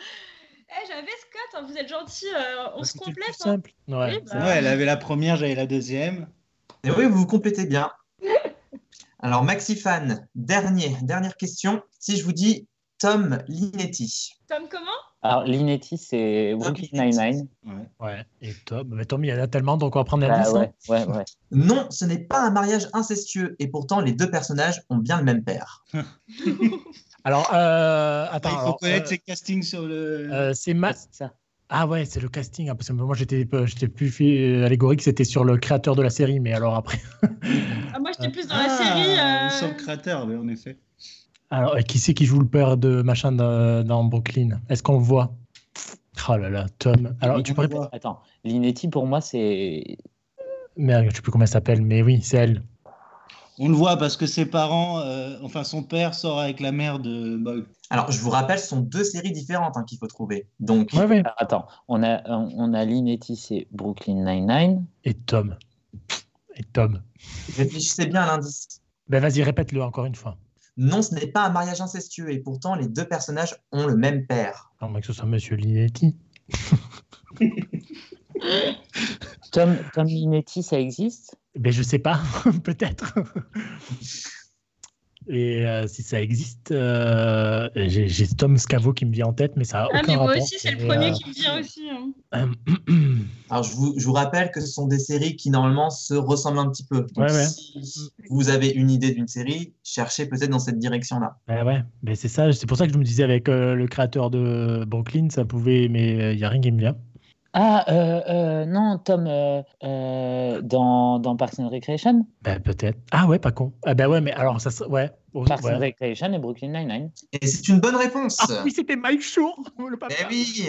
Speaker 4: Eh, J'avais Scott, hein, vous êtes gentils, euh, on
Speaker 2: Parce
Speaker 4: se
Speaker 2: que c'est Bah, le plus
Speaker 4: complète. hein.
Speaker 2: Simple. Ouais.
Speaker 4: Oui, bah.
Speaker 5: Ouais, elle avait la première, j'avais la deuxième.
Speaker 1: Et Eh oui, vous vous complétez bien. Alors, Maxifan, dernier, dernière question. Si je vous dis Tom Linetti.
Speaker 4: Tom, comment
Speaker 3: Alors, Linetti, c'est Brooklyn Nine-Nine.
Speaker 5: Ouais.
Speaker 2: Ouais. Et Tom. Mais Tom, il y en a tellement, donc on va prendre
Speaker 3: Ah,
Speaker 2: l'indice. hein.
Speaker 3: ouais, ouais, ouais.
Speaker 1: Non, ce n'est pas un mariage incestueux et pourtant les deux personnages ont bien le même père.
Speaker 2: Alors, euh, attends.
Speaker 5: il faut
Speaker 2: alors,
Speaker 5: connaître
Speaker 2: euh,
Speaker 5: ses castings sur le.
Speaker 2: euh, c'est ma...
Speaker 3: C'est ça.
Speaker 2: Ah ouais, c'est le casting. hein, parce que moi, j'étais pas- j'étais plus fi- allégorique, c'était sur le créateur de la série. Mais alors après.
Speaker 4: ah, Moi, j'étais plus dans
Speaker 5: Ah,
Speaker 4: la série.
Speaker 5: Sur
Speaker 4: euh,
Speaker 5: le cratère, oui, en effet.
Speaker 2: Alors, et qui c'est qui joue le père de machin dans, dans Brooklyn Est-ce qu'on le voit Oh là là, Tom. Alors,
Speaker 5: Mais
Speaker 2: tu
Speaker 5: on
Speaker 2: peux,
Speaker 5: le
Speaker 2: répé-
Speaker 5: voit.
Speaker 3: Attends, Linetti, pour moi, c'est.
Speaker 2: euh, Merde, je sais plus comment elle s'appelle, mais oui, c'est elle.
Speaker 5: On le voit parce que ses parents, euh, enfin son père sort avec la mère de bah, Boyle.
Speaker 1: Alors, je vous rappelle, ce sont deux séries différentes hein, qu'il faut trouver. Donc,
Speaker 2: Ouais, ouais.
Speaker 3: Alors, attends, on a, on on a Linetti, c'est Brooklyn Nine-Nine.
Speaker 2: Et Tom. Et Tom.
Speaker 1: réfléchissez bien à l'indice.
Speaker 2: Ben vas-y, répète-le encore une fois.
Speaker 1: Non, ce n'est pas un mariage incestueux et pourtant les deux personnages ont le même père.
Speaker 2: À moins que ce soit Monsieur Linetti.
Speaker 3: Tom, Tom Linetti, ça existe
Speaker 2: Ben je sais pas, peut-être. Et euh, si ça existe, euh, j'ai j'ai Tom Scavo qui me vient en tête, mais ça a
Speaker 4: Ah,
Speaker 2: aucun
Speaker 4: mais moi
Speaker 2: rapport.
Speaker 4: aussi, c'est le
Speaker 2: Et,
Speaker 4: premier
Speaker 2: euh,
Speaker 4: qui me vient aussi. hein.
Speaker 1: Alors je vous, je vous rappelle que ce sont des séries qui normalement se ressemblent un petit peu. Donc,
Speaker 2: Ouais, ouais.
Speaker 1: Si vous avez une idée d'une série, cherchez peut-être dans cette direction-là.
Speaker 2: Ouais, Ben ouais, mais c'est ça, c'est pour ça que je me disais avec euh, le créateur de Brooklyn, ça pouvait, mais euh, il n'y a rien qui me vient.
Speaker 3: Ah, euh, euh, non, Tom, euh, euh, dans, dans Parks and Recreation
Speaker 2: Ben peut-être. Ah ouais, pas con. Ah ben ouais, mais alors ça, se- ouais. Oh,
Speaker 3: Parks
Speaker 2: ouais.
Speaker 3: and Recreation et Brooklyn Nine-Nine.
Speaker 1: Et c'est une bonne réponse.
Speaker 2: Ah oui, c'était Mike Shaw, le papa.
Speaker 1: Eh oui.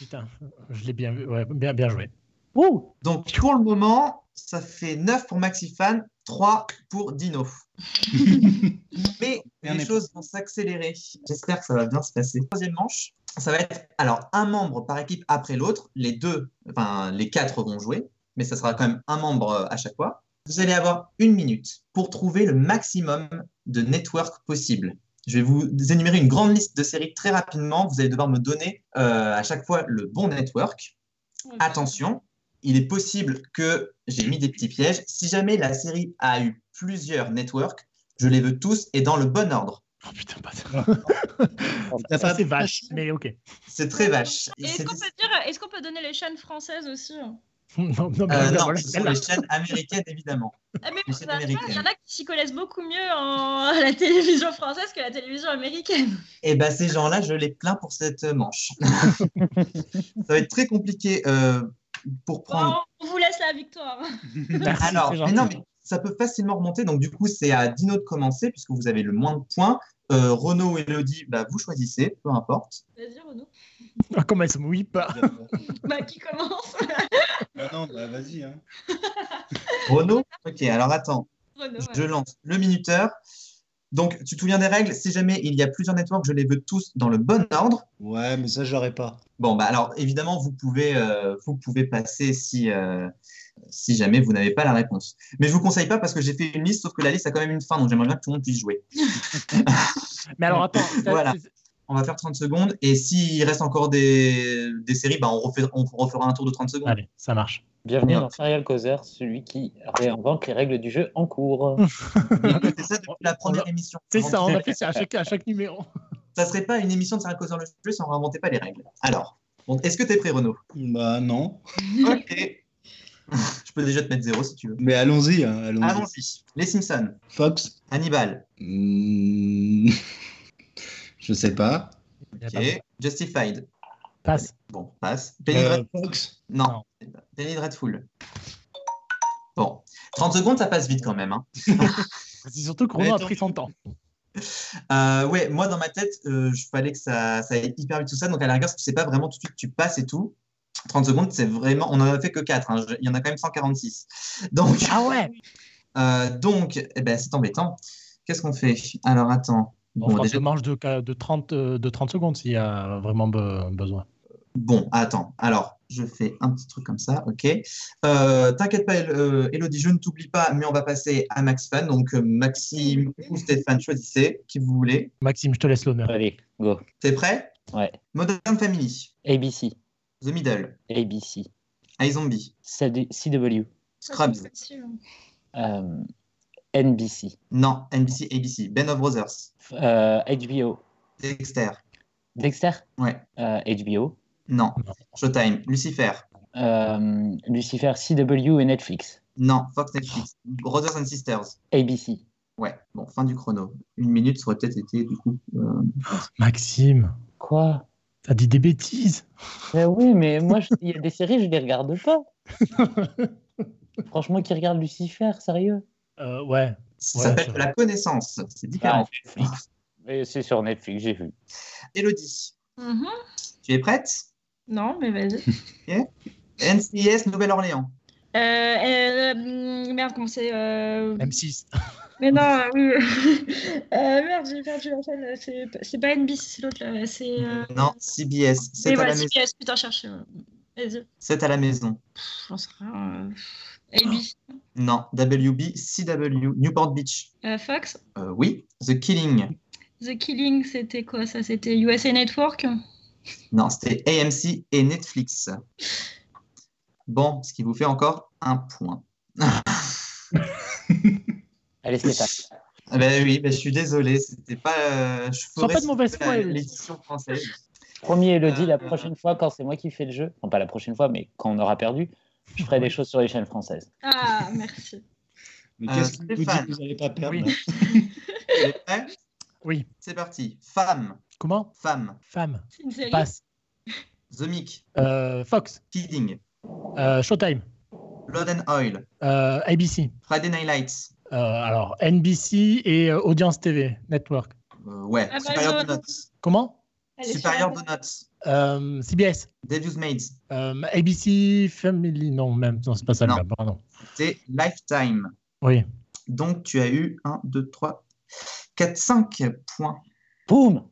Speaker 2: Putain, je l'ai bien vu, ouais, bien, bien joué.
Speaker 3: Ouh
Speaker 1: Donc pour le moment, ça fait 9 pour Maxifan, 3 pour Dino. Mais
Speaker 5: Et on
Speaker 1: les
Speaker 5: est-
Speaker 1: choses vont s'accélérer. J'espère que ça va bien se passer. Troisième manche, ça va être alors un membre par équipe après l'autre. Les deux, enfin les quatre vont jouer, mais ça sera quand même un membre euh, à chaque fois. Vous allez avoir une minute pour trouver le maximum de network possible. Je vais vous énumérer une grande liste de séries très rapidement. Vous allez devoir me donner euh, à chaque fois le bon network. Attention, il est possible que j'ai mis des petits pièges. Si jamais la série a eu plusieurs networks, je les veux tous et dans le bon ordre.
Speaker 2: Oh putain, pas ça.
Speaker 5: T'as
Speaker 2: Ça,
Speaker 5: pas-
Speaker 2: c'est vache, mais ok.
Speaker 1: C'est très vache.
Speaker 4: Et Est-ce
Speaker 1: C'est-
Speaker 4: qu'on peut, dire- est-ce qu'on peut donner les chaînes françaises aussi hein
Speaker 2: Non, non, mais
Speaker 1: Euh,
Speaker 2: voilà,
Speaker 1: non,
Speaker 2: voilà,
Speaker 1: ce sont
Speaker 2: celle-là.
Speaker 1: les chaînes américaines, évidemment.
Speaker 4: Ah, mais
Speaker 1: Les
Speaker 4: vous
Speaker 1: chaînes
Speaker 4: savez pas, il y en
Speaker 1: américaines.
Speaker 4: a qui s'y connaissent beaucoup mieux en- à la télévision française que la télévision américaine.
Speaker 1: Et ben ces gens-là, je les plains pour cette manche. Ça va être très compliqué euh, pour prendre
Speaker 4: Bon, on vous laisse la victoire.
Speaker 2: Merci,
Speaker 1: Alors,
Speaker 2: c'est
Speaker 1: mais non,
Speaker 2: gentil.
Speaker 1: mais ça peut facilement remonter. Donc, du coup, c'est à Dino de commencer, puisque vous avez le moins de points. Euh, Renaud ou Elodie, bah, vous choisissez, peu importe.
Speaker 4: Vas-y, Renaud.
Speaker 2: Ah, Comment elle se mouille pas
Speaker 4: Bah, qui commence
Speaker 5: Bah non, bah vas-y. Hein.
Speaker 1: Renaud Ok, alors attends,
Speaker 4: Renaud.
Speaker 1: je
Speaker 4: ouais.
Speaker 1: lance le minuteur. Donc, tu te souviens des règles Si jamais il y a plusieurs networks, je les veux tous dans le bon ordre.
Speaker 5: Ouais, mais ça, je l'aurais pas.
Speaker 1: Bon, bah alors évidemment, vous pouvez, euh, vous pouvez passer si, euh, si jamais vous n'avez pas la réponse. Mais je vous conseille pas parce que j'ai fait une liste, sauf que la liste a quand même une fin, donc j'aimerais bien que tout le monde puisse jouer.
Speaker 2: Mais alors attends, ça,
Speaker 1: Voilà.
Speaker 2: c'est-
Speaker 1: On va faire 30 secondes et s'il reste encore des, des séries, bah on, refait- on refera un tour de 30 secondes.
Speaker 2: allez, ça marche.
Speaker 3: Bienvenue
Speaker 1: Bien.
Speaker 3: dans Serial Causeur, celui qui réinvente les règles du jeu en cours.
Speaker 1: C'est ça depuis la première émission.
Speaker 2: Ah. C'est ça, hein. on a fait ça à chaque, à chaque numéro.
Speaker 1: Ça serait pas une émission de Sarah Causeur le jeu si on réinventait pas les règles. Alors, bon, est-ce que tu es prêt, Renaud
Speaker 5: Bah non.
Speaker 1: Ok. Je peux déjà te mettre zéro si tu veux.
Speaker 5: Mais allons-y, hein, allons-y.
Speaker 1: Allons-y. Les Simpsons,
Speaker 5: Fox.
Speaker 1: Hannibal,
Speaker 5: Hmm. je sais pas.
Speaker 1: ok. Justified,
Speaker 2: Eh ben Passe.
Speaker 1: bon, passe. Penny
Speaker 5: Euh,
Speaker 1: Dreadful,
Speaker 5: Fox.
Speaker 1: non. Penny Dreadful. Bon, 30 secondes, ça passe vite quand même. hein.
Speaker 2: C'est surtout que Renaud a
Speaker 5: Attends.
Speaker 2: pris son temps.
Speaker 1: Euh, ouais, moi dans ma tête, euh, je fallait que ça, ça aille hyper vite tout ça. Donc à la rigueur, si tu sais pas vraiment tout de suite, tu passes et tout. 30 secondes, c'est vraiment. On en a fait que 4. Il y en a quand même 146. Donc,
Speaker 2: Ah ouais
Speaker 1: euh, donc eh ben, c'est embêtant. Qu'est-ce qu'on fait Alors attends.
Speaker 2: On
Speaker 1: Bon,
Speaker 2: fera
Speaker 1: déjà-
Speaker 2: deux manches de, ca- de, 30, euh, de 30 secondes s'il y a vraiment be- besoin.
Speaker 1: bon, attends. Alors, je fais un petit truc comme ça. OK. Euh, T'inquiète pas, El- euh, Elodie, je ne t'oublie pas, mais on va passer à Max Fan. Donc, euh, Maxime ou Stéphane, choisissez qui vous voulez.
Speaker 2: Maxime, je te laisse l'honneur.
Speaker 3: Allez, go.
Speaker 1: T'es prêt
Speaker 3: Ouais.
Speaker 1: Modern Family,
Speaker 3: ABC,
Speaker 1: The Middle,
Speaker 3: ABC,
Speaker 1: iZombie.
Speaker 3: CD CW,
Speaker 4: Ça,
Speaker 1: Scrubs.
Speaker 4: c'est facile. hein.
Speaker 3: euh, NBC,
Speaker 1: Non, NBC, ABC, Ben of Brothers,
Speaker 3: euh, HBO,
Speaker 1: Dexter,
Speaker 3: Dexter,
Speaker 1: ouais,
Speaker 3: euh, HBO,
Speaker 1: non,
Speaker 2: Non.
Speaker 1: Showtime, Lucifer,
Speaker 3: euh, Lucifer, CW et Netflix,
Speaker 1: non, Fox Netflix, Brothers and Sisters,
Speaker 3: ABC.
Speaker 1: ouais, bon, fin du chrono. Une minute, ça aurait peut-être été du coup. euh,
Speaker 2: Maxime,
Speaker 3: Quoi
Speaker 2: t'as dit des bêtises.
Speaker 3: Ben oui, mais moi, je- il y a des séries, je les regarde pas. Franchement, qui regarde Lucifer, sérieux
Speaker 2: Euh, ouais.
Speaker 1: Ça
Speaker 2: Ouais,
Speaker 1: s'appelle
Speaker 2: c'est
Speaker 1: de la connaissance, c'est différent.
Speaker 3: Ah, Netflix. Mais C'est sur Netflix, j'ai vu.
Speaker 1: Elodie,
Speaker 4: Mhm.
Speaker 1: tu es prête
Speaker 4: Non, mais vas-y.
Speaker 1: NCIS Nouvelle-Orléans,
Speaker 4: Euh, euh, hum, merde, comment c'est euh,
Speaker 2: M6.
Speaker 4: Mais non, euh, oui. euh, merde, j'ai perdu la chaîne. C'est c'est pas NBC, c'est l'autre là. C'est. euh,
Speaker 1: Non, CBS,
Speaker 4: Mais
Speaker 1: c'est à,
Speaker 4: voilà,
Speaker 1: la maison.
Speaker 4: CBS, putain, cherche. euh, Vas-y,
Speaker 1: C'est à la maison.
Speaker 4: pff, j'en sais rien. euh, AB,
Speaker 1: Non, WB, CW, Newport Beach.
Speaker 4: euh, Fox,
Speaker 1: Euh, oui, The Killing.
Speaker 4: The Killing, c'était quoi ça C'était USA Network
Speaker 1: Non, c'était AMC et Netflix. Bon, ce qui vous fait encore un point.
Speaker 3: Allez, Stéphane.
Speaker 1: Ah Ben oui, ben je suis désolé, c'était pas. euh, je
Speaker 2: Sois
Speaker 1: ferai
Speaker 2: pas de mauvaise
Speaker 1: la-
Speaker 2: foi, Elodie.
Speaker 1: L'édition française.
Speaker 3: Promis, Elodie, la
Speaker 1: Euh,
Speaker 3: prochaine fois, quand c'est moi qui fais le jeu, non pas la prochaine fois, mais quand on aura perdu, je ferai des choses sur les chaînes françaises.
Speaker 4: Ah, merci.
Speaker 5: Mais
Speaker 1: Euh,
Speaker 5: qu'est-ce qui vous dit
Speaker 1: Stéphane.
Speaker 5: que vous n'allez pas perdre
Speaker 2: Oui.
Speaker 1: Vous êtes prêts
Speaker 2: Oui.
Speaker 1: C'est parti. Femme,
Speaker 2: Comment
Speaker 1: femme,
Speaker 2: Femme.
Speaker 4: C'est une série.
Speaker 2: Passe.
Speaker 1: The Mick,
Speaker 2: Euh, Fox.
Speaker 1: Kidding,
Speaker 2: Euh, Showtime.
Speaker 1: Blood and Oil,
Speaker 2: Euh, ABC.
Speaker 1: Friday Night Lights.
Speaker 2: Euh, alors, NBC et euh, Audience TV Network.
Speaker 1: Euh, ouais,
Speaker 4: Amazon.
Speaker 1: Superior Donuts.
Speaker 2: Comment
Speaker 4: bah, Elle est sur
Speaker 1: Superior
Speaker 4: Amazon.
Speaker 1: Donuts.
Speaker 2: Euh, CBS.
Speaker 1: Devil's Maids.
Speaker 2: Euh, ABC Family. Non, même. Non, c'est pas ça.
Speaker 1: Non.
Speaker 2: le gars, Pardon.
Speaker 1: C'est Lifetime.
Speaker 2: Oui.
Speaker 1: Donc tu as eu 1, 2, 3, 4, 5 points.
Speaker 3: Boum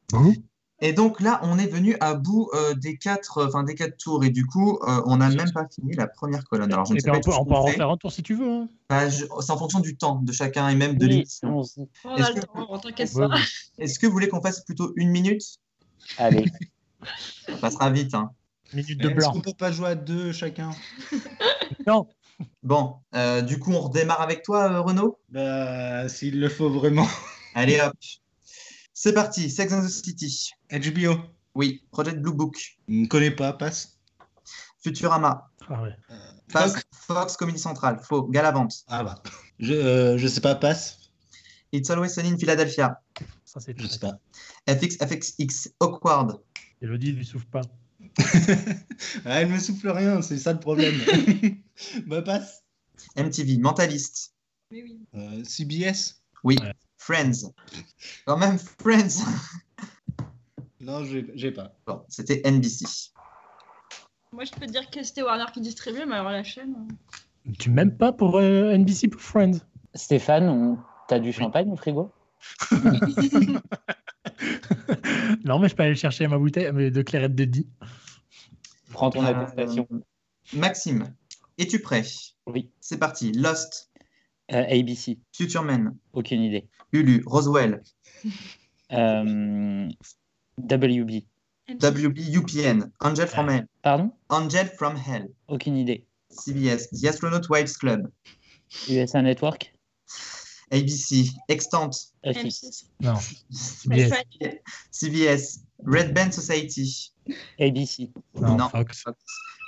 Speaker 1: Et donc là, on est venu à bout euh, des, quatre, euh, enfin, des quatre tours. Et du coup, euh, on n'a même pas fini la première colonne. Alors, je ne
Speaker 2: Et
Speaker 1: sais
Speaker 2: ben,
Speaker 1: pas
Speaker 2: on peut,
Speaker 1: ce
Speaker 2: on
Speaker 1: qu'on
Speaker 2: peut en
Speaker 1: fait.
Speaker 2: refaire un tour si tu veux. hein.
Speaker 1: Bah, je- C'est en fonction du temps de chacun et même de
Speaker 3: Oui,
Speaker 1: l'émission.
Speaker 3: allons-y.
Speaker 4: On a
Speaker 1: Est-ce
Speaker 4: le
Speaker 1: que-
Speaker 4: temps, t'inquiète
Speaker 2: Ouais,
Speaker 4: pas.
Speaker 2: ouais.
Speaker 1: Est-ce que vous voulez qu'on fasse plutôt une minute
Speaker 3: Allez,
Speaker 1: Ça passera vite. hein.
Speaker 2: Minute de
Speaker 5: Est-ce
Speaker 2: blanc.
Speaker 5: qu'on peut pas jouer à deux chacun
Speaker 2: Non.
Speaker 1: Bon, euh, du coup, on redémarre avec toi, euh, Renaud
Speaker 5: Bah, s'il le faut vraiment.
Speaker 1: Allez, hop. C'est parti, Sex and the City.
Speaker 5: HBO.
Speaker 1: Oui, Project Blue Book.
Speaker 5: Je ne connais pas, passe.
Speaker 1: Futurama.
Speaker 2: Ah ouais.
Speaker 1: Fox,
Speaker 5: Fox.
Speaker 1: Fox Comedy Central. Faux. Galavante.
Speaker 5: Ah bah. Je, euh, je sais pas, passe.
Speaker 1: It's Always Sunny in Philadelphia.
Speaker 2: Ça, c'est
Speaker 5: Je sais pas.
Speaker 1: FX, FXX. Awkward.
Speaker 2: Elodie, lui souffle pas.
Speaker 5: Ah, elle me souffle rien, c'est ça le problème. bah, passe.
Speaker 1: MTV. Mentalist.
Speaker 4: Mais oui.
Speaker 5: Euh, CBS.
Speaker 1: Oui.
Speaker 2: Ouais.
Speaker 1: Friends. Quand même, Friends.
Speaker 5: Non, j'ai j'ai pas.
Speaker 1: Bon, c'était NBC.
Speaker 4: Moi, je peux te dire que c'était Warner qui distribuait, mais alors la chaîne. euh,
Speaker 2: Tu m'aimes pas pour euh, NBC pour Friends
Speaker 3: Stéphane, on... t'as du champagne au frigo
Speaker 2: Non, mais je peux aller chercher ma bouteille euh, de clairette de Die.
Speaker 3: Prends ton
Speaker 1: Euh,
Speaker 3: attestation.
Speaker 1: Maxime. Es-tu prêt
Speaker 3: Oui.
Speaker 1: C'est parti. Lost.
Speaker 3: Euh, ABC,
Speaker 1: Future Man.
Speaker 3: aucune idée.
Speaker 1: Hulu. Roswell.
Speaker 3: Euh, WB,
Speaker 4: MTV.
Speaker 1: WBUPN. Angel from Hell.
Speaker 3: pardon
Speaker 1: Angel from Hell.
Speaker 3: Aucune idée.
Speaker 1: CBS. The Astronaut Wives Club.
Speaker 3: USA Network
Speaker 1: ABC. Extant.
Speaker 3: M6.
Speaker 4: M6.
Speaker 2: Non.
Speaker 4: Mais
Speaker 2: Yes.
Speaker 4: ça,
Speaker 1: CBS, Red Band Society.
Speaker 3: ABC,
Speaker 2: Non,
Speaker 1: Non.
Speaker 2: Fox.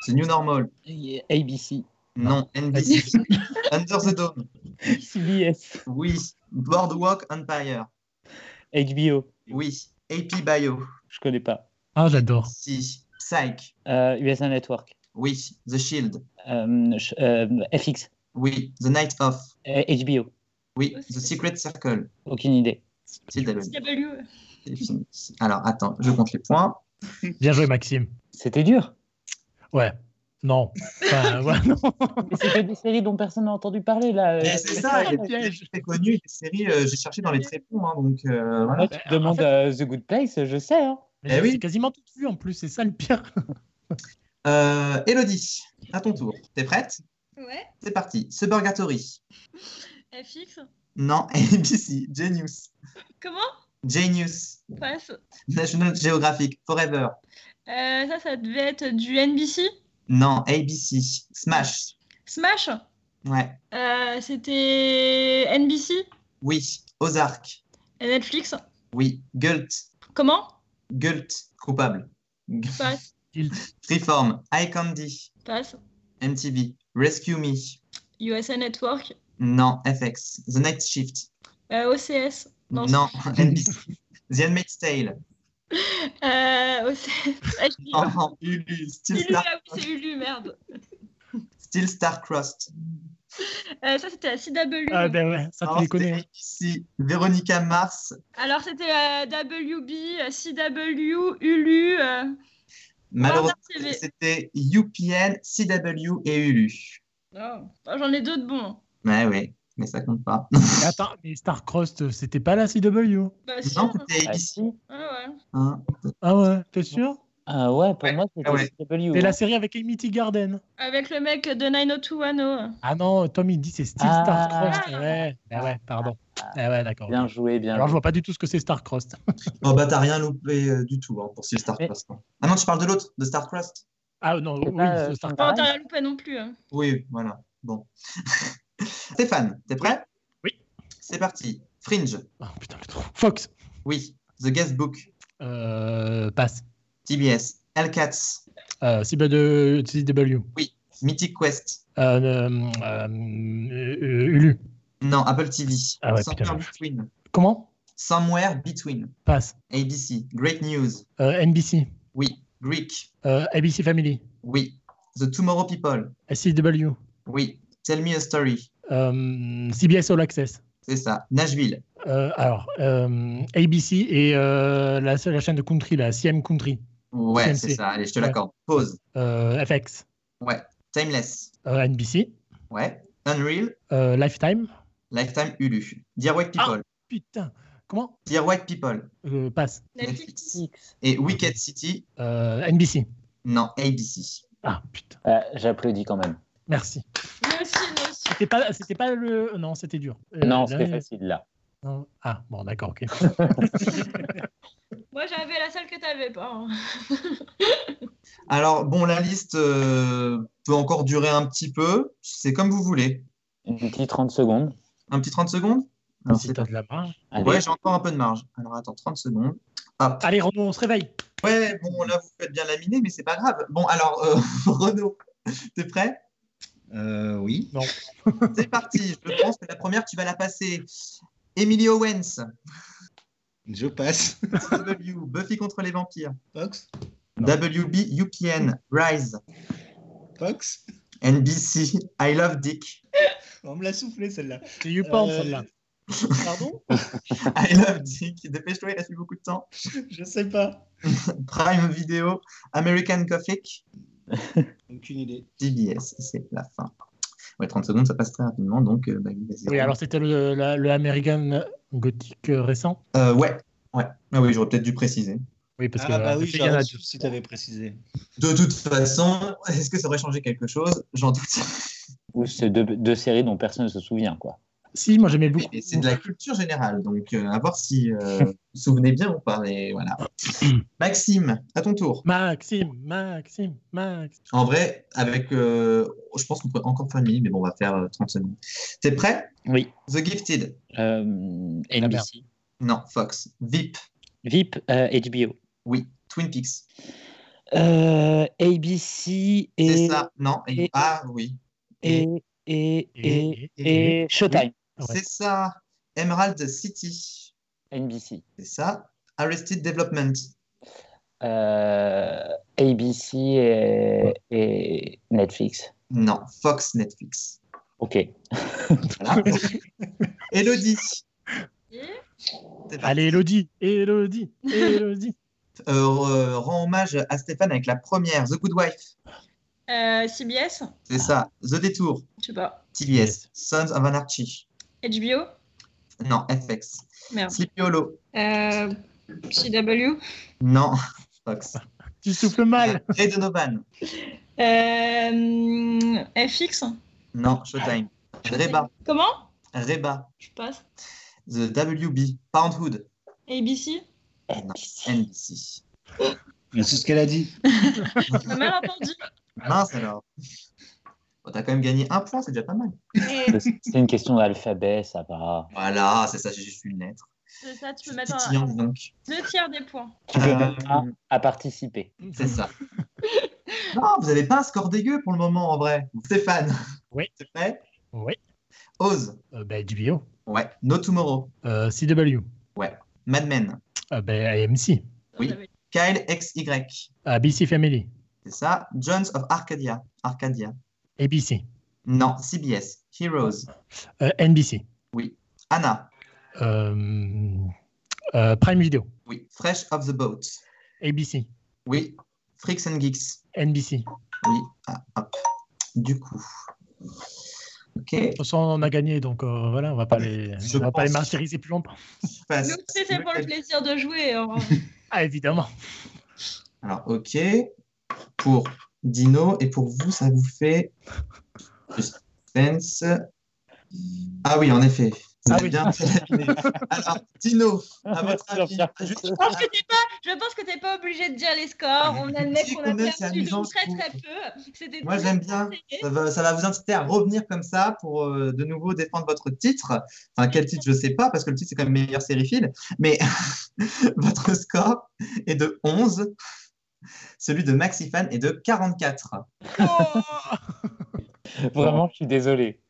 Speaker 1: The New Normal.
Speaker 3: euh, ABC,
Speaker 1: Non, NBC. Under the Dome.
Speaker 3: CBS,
Speaker 1: Oui. Boardwalk Empire.
Speaker 3: HBO,
Speaker 1: Oui. AP Bio.
Speaker 3: je connais pas.
Speaker 2: Ah, j'adore.
Speaker 1: Si. Psych.
Speaker 3: Euh, USA Network,
Speaker 1: Oui. The Shield.
Speaker 3: euh, ch- euh, FX,
Speaker 1: Oui. The Night of.
Speaker 3: euh, HBO,
Speaker 1: Oui. The Secret Circle.
Speaker 3: aucune idée.
Speaker 1: C'est W.
Speaker 4: CW.
Speaker 1: C'est fini. Alors, attends, je compte les points.
Speaker 2: Bien joué, Maxime.
Speaker 3: C'était dur.
Speaker 2: Ouais. Non. Enfin, ouais, non.
Speaker 3: Mais C'était des séries dont personne n'a entendu parler là.
Speaker 1: Mais Euh, c'est ça, il y a des
Speaker 2: piège.
Speaker 1: séries très connues, des séries, euh, j'ai cherché dans les très bons, hein, donc euh, voilà.
Speaker 2: Ben,
Speaker 3: Moi, tu te demandes euh, The Good Place, je sais. hein.
Speaker 1: Eh oui.
Speaker 2: J'ai quasiment tout vu en plus, c'est ça le pire.
Speaker 1: Euh, Elodie, à ton tour. T'es prête
Speaker 4: Ouais.
Speaker 1: C'est parti. Suburgatory.
Speaker 4: FX.
Speaker 1: Non, ABC, Genius.
Speaker 4: Comment
Speaker 1: Genius,
Speaker 4: Passe.
Speaker 1: National Geographic, Forever.
Speaker 4: Euh, ça, ça devait être du NBC.
Speaker 1: Non, ABC, Smash.
Speaker 4: Smash.
Speaker 1: Ouais,
Speaker 4: Euh, c'était NBC.
Speaker 1: oui. Ozark,
Speaker 4: Et Netflix.
Speaker 1: oui. Gult,
Speaker 4: Comment
Speaker 1: Gult, coupable.
Speaker 4: Passe.
Speaker 1: Freeform, Eye Candy,
Speaker 4: Passe.
Speaker 1: MTV, Rescue Me.
Speaker 4: USA Network.
Speaker 1: Non, FX, The Night Shift.
Speaker 4: Euh, OCS. Non.
Speaker 1: Non, NBC. The Handmaid's Tale.
Speaker 4: Euh, OCS. HBO.
Speaker 1: Non, Hulu, Still
Speaker 4: Ulu,
Speaker 1: Star,
Speaker 4: ah oui, Ah, c'est Ulu, merde.
Speaker 1: Still Star Crossed.
Speaker 4: Euh, ça, c'était la CW.
Speaker 2: Ah, ben ouais, ça tu
Speaker 1: Non,
Speaker 2: les connais.
Speaker 1: c'était ABC, Véronica Mars.
Speaker 4: Alors, c'était euh, WB, euh, CW, Ulu. euh,
Speaker 1: Malheureusement,
Speaker 4: TV.
Speaker 1: c'était UPN, CW et Hulu.
Speaker 4: Oh, J'en ai deux de bons.
Speaker 1: Ouais, ouais. mais ça compte pas.
Speaker 2: Mais Attends, mais Starcrossed, euh, c'était pas la CW
Speaker 4: Bah, si,
Speaker 1: Non,
Speaker 4: hein.
Speaker 1: c'était
Speaker 3: Ah,
Speaker 1: ici.
Speaker 3: si.
Speaker 4: Ah, ouais.
Speaker 1: hein.
Speaker 2: Ah ouais, t'es sûr
Speaker 3: Ah ouais, pour
Speaker 1: Ouais.
Speaker 3: moi,
Speaker 1: Ah ouais.
Speaker 3: c'était CW.
Speaker 2: C'est la série avec Amity Garden.
Speaker 4: Avec le mec de 90210.
Speaker 2: Ah non, Tommy dit c'est Steve
Speaker 3: Ah.
Speaker 2: Starcrossed. Ouais, ah ouais, pardon. Ah ouais, d'accord.
Speaker 3: Bien joué, bien
Speaker 2: Alors je
Speaker 3: joué.
Speaker 2: vois pas du tout ce que c'est Starcrossed.
Speaker 1: Oh bah t'as rien loupé euh, du tout hein, pour suivre
Speaker 3: Mais-
Speaker 1: Starcross. hein. Ah non, tu parles de l'autre, de Starcross
Speaker 2: Ah non,
Speaker 3: C'est
Speaker 2: oui,
Speaker 3: pas, euh,
Speaker 2: c'est Star-
Speaker 4: Non,
Speaker 3: Pareil.
Speaker 4: t'as rien loupé non plus. hein.
Speaker 1: Oui, voilà. Bon. Stéphane, t'es prêt
Speaker 2: Oui.
Speaker 1: C'est parti. Fringe.
Speaker 2: Oh, putain, le trou. Fox,
Speaker 1: Oui. The Guestbook.
Speaker 2: euh, passe.
Speaker 1: TBS. Hellcats.
Speaker 2: Euh, CW, CW.
Speaker 1: Mythic Quest.
Speaker 2: Euh, euh, euh, euh, Ulu.
Speaker 1: Non, Apple TV.
Speaker 2: Ah ouais,
Speaker 1: Somewhere
Speaker 2: putain.
Speaker 1: Between.
Speaker 2: Comment
Speaker 1: Somewhere Between.
Speaker 2: Passe.
Speaker 1: ABC. Great News.
Speaker 2: Euh, NBC.
Speaker 1: Oui. Greek.
Speaker 2: Euh, ABC Family.
Speaker 1: Oui. The Tomorrow People.
Speaker 2: SCW.
Speaker 1: Oui. Tell Me a Story.
Speaker 2: Euh, CBS All Access.
Speaker 1: C'est ça. Nashville.
Speaker 2: Euh, alors, euh, ABC et euh, la, la chaîne de country, la CM Country.
Speaker 1: Ouais,
Speaker 2: CMC.
Speaker 1: c'est ça. Allez, je te
Speaker 2: Ouais.
Speaker 1: l'accorde. Pause.
Speaker 2: Euh, FX.
Speaker 1: Ouais. Timeless.
Speaker 2: Euh, NBC.
Speaker 1: Ouais. Unreal.
Speaker 2: Euh, Lifetime.
Speaker 1: Lifetime Hulu. Dear White
Speaker 2: Ah.
Speaker 1: People.
Speaker 2: Putain. Comment
Speaker 1: Dear White People.
Speaker 2: Euh, Passe.
Speaker 4: Netflix.
Speaker 3: Six.
Speaker 1: Et Wicked City.
Speaker 2: Euh, NBC.
Speaker 1: Non, ABC.
Speaker 2: Ah putain.
Speaker 3: Ah, J'applaudis quand même.
Speaker 2: Merci.
Speaker 4: Moi aussi, moi aussi.
Speaker 2: C'était pas, c'était pas le. Non, c'était dur. Euh,
Speaker 3: Non,
Speaker 2: là,
Speaker 3: c'était
Speaker 2: euh,
Speaker 3: facile là.
Speaker 2: non. Ah bon, d'accord, ok.
Speaker 4: Moi, j'avais la salle que t'avais pas. hein.
Speaker 1: Alors, bon, la liste euh, peut encore durer un petit peu. C'est comme vous voulez.
Speaker 3: Une petite 30 secondes.
Speaker 1: Un petit 30 secondes Alors,
Speaker 2: Si
Speaker 1: c'est-
Speaker 2: t'as de la main.
Speaker 3: Allez.
Speaker 1: Ouais, j'ai encore un peu de marge. Alors, attends, 30 secondes. Hop.
Speaker 2: Allez, Renaud, on se réveille.
Speaker 1: Ouais, bon, là, vous faites bien laminer, mais c'est pas grave. Bon, alors, euh, Renaud, t'es prêt
Speaker 5: Euh, oui.
Speaker 2: Non.
Speaker 1: C'est parti. Je pense que la première, tu vas la passer. Emily Owens,
Speaker 5: Je passe.
Speaker 1: W, Buffy contre les vampires,
Speaker 5: Fox.
Speaker 2: Non.
Speaker 1: WB, UPN, Rise,
Speaker 5: Fox.
Speaker 1: NBC, I Love Dick,
Speaker 5: On me l'a soufflé celle-là.
Speaker 2: C'est YouPorn,
Speaker 5: Euh,
Speaker 2: celle-là. Pardon
Speaker 1: I Love Dick, dépêche-toi, il reste plus beaucoup de temps.
Speaker 5: Je sais pas.
Speaker 1: Prime Video, American Gothic,
Speaker 5: Aucune idée.
Speaker 1: PBS, c'est la fin. Ouais, 30 secondes, ça passe très rapidement, donc euh, bah, oui, vas-y.
Speaker 2: Oui, alors c'était le, la- le American Gothic euh, récent.
Speaker 1: Euh, ouais, ouais. Ah oui, j'aurais peut-être dû préciser.
Speaker 2: Oui, parce que
Speaker 5: ah bah
Speaker 2: euh,
Speaker 5: oui,
Speaker 2: il y en a
Speaker 5: j'aurais
Speaker 2: deux.
Speaker 5: su si t'avais précisé.
Speaker 1: De toute façon, est-ce que ça aurait changé quelque chose J'en doute.
Speaker 3: Ou c'est deux, deux séries dont personne ne se souvient quoi.
Speaker 2: Si, moi j'aimais
Speaker 1: Oui,
Speaker 2: beaucoup.
Speaker 1: mais c'est de la culture générale, donc euh, à voir si euh, vous vous souvenez bien ou pas. Mais voilà. Maxime, à ton tour.
Speaker 2: Maxime, Maxime, Max.
Speaker 1: En vrai, avec, euh, je pense qu'on pourrait encore faire une minute, mais bon, on va faire euh, 30 secondes. T'es prêt
Speaker 3: Oui.
Speaker 1: The Gifted.
Speaker 3: Euh,
Speaker 2: merde.
Speaker 3: NBC.
Speaker 1: Non, Fox. VIP.
Speaker 3: VIP, euh, HBO.
Speaker 1: Oui. Twin Peaks.
Speaker 3: Euh, ABC
Speaker 1: C'est
Speaker 3: et,
Speaker 1: ça. Non. et-
Speaker 3: et-
Speaker 1: ah oui.
Speaker 3: et, et, et,
Speaker 2: Et-
Speaker 3: et,
Speaker 2: et-
Speaker 3: Showtime.
Speaker 2: Ouais.
Speaker 1: C'est ça. Emerald City.
Speaker 3: NBC.
Speaker 1: C'est ça. Arrested Development.
Speaker 3: Euh, ABC et, et Netflix.
Speaker 1: Non. Fox Netflix.
Speaker 3: Ok.
Speaker 1: Voilà. Elodie.
Speaker 4: Et
Speaker 1: C'est parti.
Speaker 2: Allez, Elodie, Elodie, Elodie.
Speaker 1: Euh, euh, rends hommage à Stéphane avec la première. The Good Wife.
Speaker 4: euh, CBS
Speaker 1: C'est ça. The Detour.
Speaker 4: Je sais pas.
Speaker 1: TBS.
Speaker 2: Yes.
Speaker 1: Sons of Anarchy.
Speaker 4: HBO
Speaker 1: Non. FX.
Speaker 4: Merde.
Speaker 1: Sleepy Hollow.
Speaker 4: Euh, CW
Speaker 1: Non. Fox.
Speaker 2: tu souffles mal.
Speaker 1: Ray Donovan.
Speaker 4: euh, FX
Speaker 1: Non. Showtime. Reba.
Speaker 4: Comment
Speaker 1: Reba.
Speaker 4: Je passe.
Speaker 1: The WB. Parenthood.
Speaker 4: ABC
Speaker 3: NBC.
Speaker 1: NBC.
Speaker 5: Mais C'est ce qu'elle a dit.
Speaker 4: On a mal entendu.
Speaker 2: Ah
Speaker 1: Mince alors. Bon, T'as quand même gagné un point, c'est déjà pas mal.
Speaker 4: Et
Speaker 3: C'est une question d'alphabet, ça va.
Speaker 1: Voilà, c'est ça, j'ai juste une lettre.
Speaker 4: c'est ça, tu
Speaker 1: Je
Speaker 4: peux
Speaker 1: suis
Speaker 4: mettre
Speaker 1: pétillant,
Speaker 4: un-
Speaker 1: dis donc.
Speaker 4: deux tiers des points.
Speaker 3: Tu peux
Speaker 1: Euh,
Speaker 3: mettre un à participer.
Speaker 1: C'est ça. non, vous n'avez pas un score dégueu pour le moment, en vrai. Stéphane.
Speaker 2: Oui.
Speaker 1: C'est prêt
Speaker 2: Oui.
Speaker 1: Oz.
Speaker 2: Euh, bah, HBO.
Speaker 1: Ouais. No Tomorrow.
Speaker 2: Euh, CW.
Speaker 1: Mad Men.
Speaker 2: Euh, bah, AMC.
Speaker 1: Oui.
Speaker 4: On avait-
Speaker 1: Kyle XY.
Speaker 2: ABC Family.
Speaker 1: C'est ça. Jones of Arcadia. Arcadia.
Speaker 2: ABC.
Speaker 1: Non, CBS. Heroes.
Speaker 2: Euh, NBC.
Speaker 1: Anna.
Speaker 2: Euh, euh, Prime Video.
Speaker 1: Oui. Fresh of the Boat.
Speaker 2: ABC.
Speaker 1: Oui. Freaks and Geeks.
Speaker 2: NBC.
Speaker 1: Oui. Ah, hop. Du coup. Ok.
Speaker 2: toute façon, on a gagné, donc euh, voilà, on va pas les,
Speaker 1: Ah, Je
Speaker 2: on va pas les
Speaker 1: pense.
Speaker 2: martyriser plus longtemps.
Speaker 1: Passe.
Speaker 4: Nous, c'est fait pour le plaisir de jouer. hein.
Speaker 2: Ah, évidemment.
Speaker 1: Alors, ok. Pour Dino et pour vous, ça vous fait. Suspense. Ah oui, en effet. Vous
Speaker 2: Ah
Speaker 1: avez
Speaker 2: oui.
Speaker 1: bien fait la vidéo. Alors, Dino, à votre avis. Ah, Juste-
Speaker 4: Je pense que t'es pas, je pense que t'es pas obligé de dire les scores. On admet
Speaker 1: Si,
Speaker 4: qu'on a
Speaker 1: Combien, c'est
Speaker 4: perdu
Speaker 1: amusant,
Speaker 4: donc très
Speaker 1: je trouve.
Speaker 4: très peu. C'était
Speaker 1: Moi,
Speaker 4: très
Speaker 1: j'aime bien.
Speaker 4: essayé.
Speaker 1: Ça va, Euh, bah, ça va vous inciter à revenir comme ça pour euh, de nouveau défendre votre titre. Enfin, quel titre, je sais pas, parce que le titre, c'est quand même meilleur sériephile. Mais votre score est de 11. Celui de Maxifan est de 44.
Speaker 3: Vraiment, je suis désolé.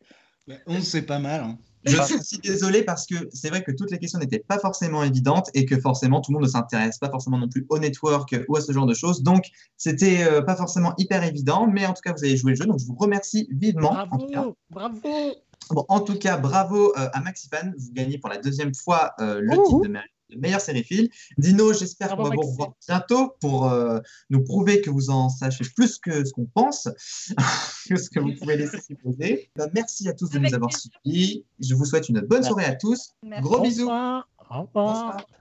Speaker 5: Bah, 11, c'est pas mal. hein.
Speaker 1: Je suis aussi désolé parce que c'est vrai que toutes les questions n'étaient pas forcément évidentes et que forcément tout le monde ne s'intéresse pas forcément non plus au network ou à ce genre de choses. Donc c'était euh, pas forcément hyper évident, mais en tout cas vous avez joué le jeu, donc je vous remercie vivement. en tout cas.
Speaker 2: bravo, bravo.
Speaker 1: Bon, en tout cas, bravo euh, à Maxifan, vous gagnez pour la deuxième fois euh, le titre
Speaker 2: Ouhou.
Speaker 1: de, me- de meilleur sériephile. Dino, j'espère qu'on
Speaker 2: Bravo,
Speaker 1: va vous
Speaker 2: Maxi.
Speaker 1: revoir bientôt pour euh, nous prouver que vous en sachez plus que ce qu'on pense, que ce que vous pouvez laisser supposer. Bah, merci à tous de
Speaker 4: Avec
Speaker 1: nous avoir
Speaker 4: plaisir.
Speaker 1: suivis. Je vous souhaite une bonne soirée à tous.
Speaker 4: Merci.
Speaker 1: Gros bisous.
Speaker 2: Bonsoir. Au revoir.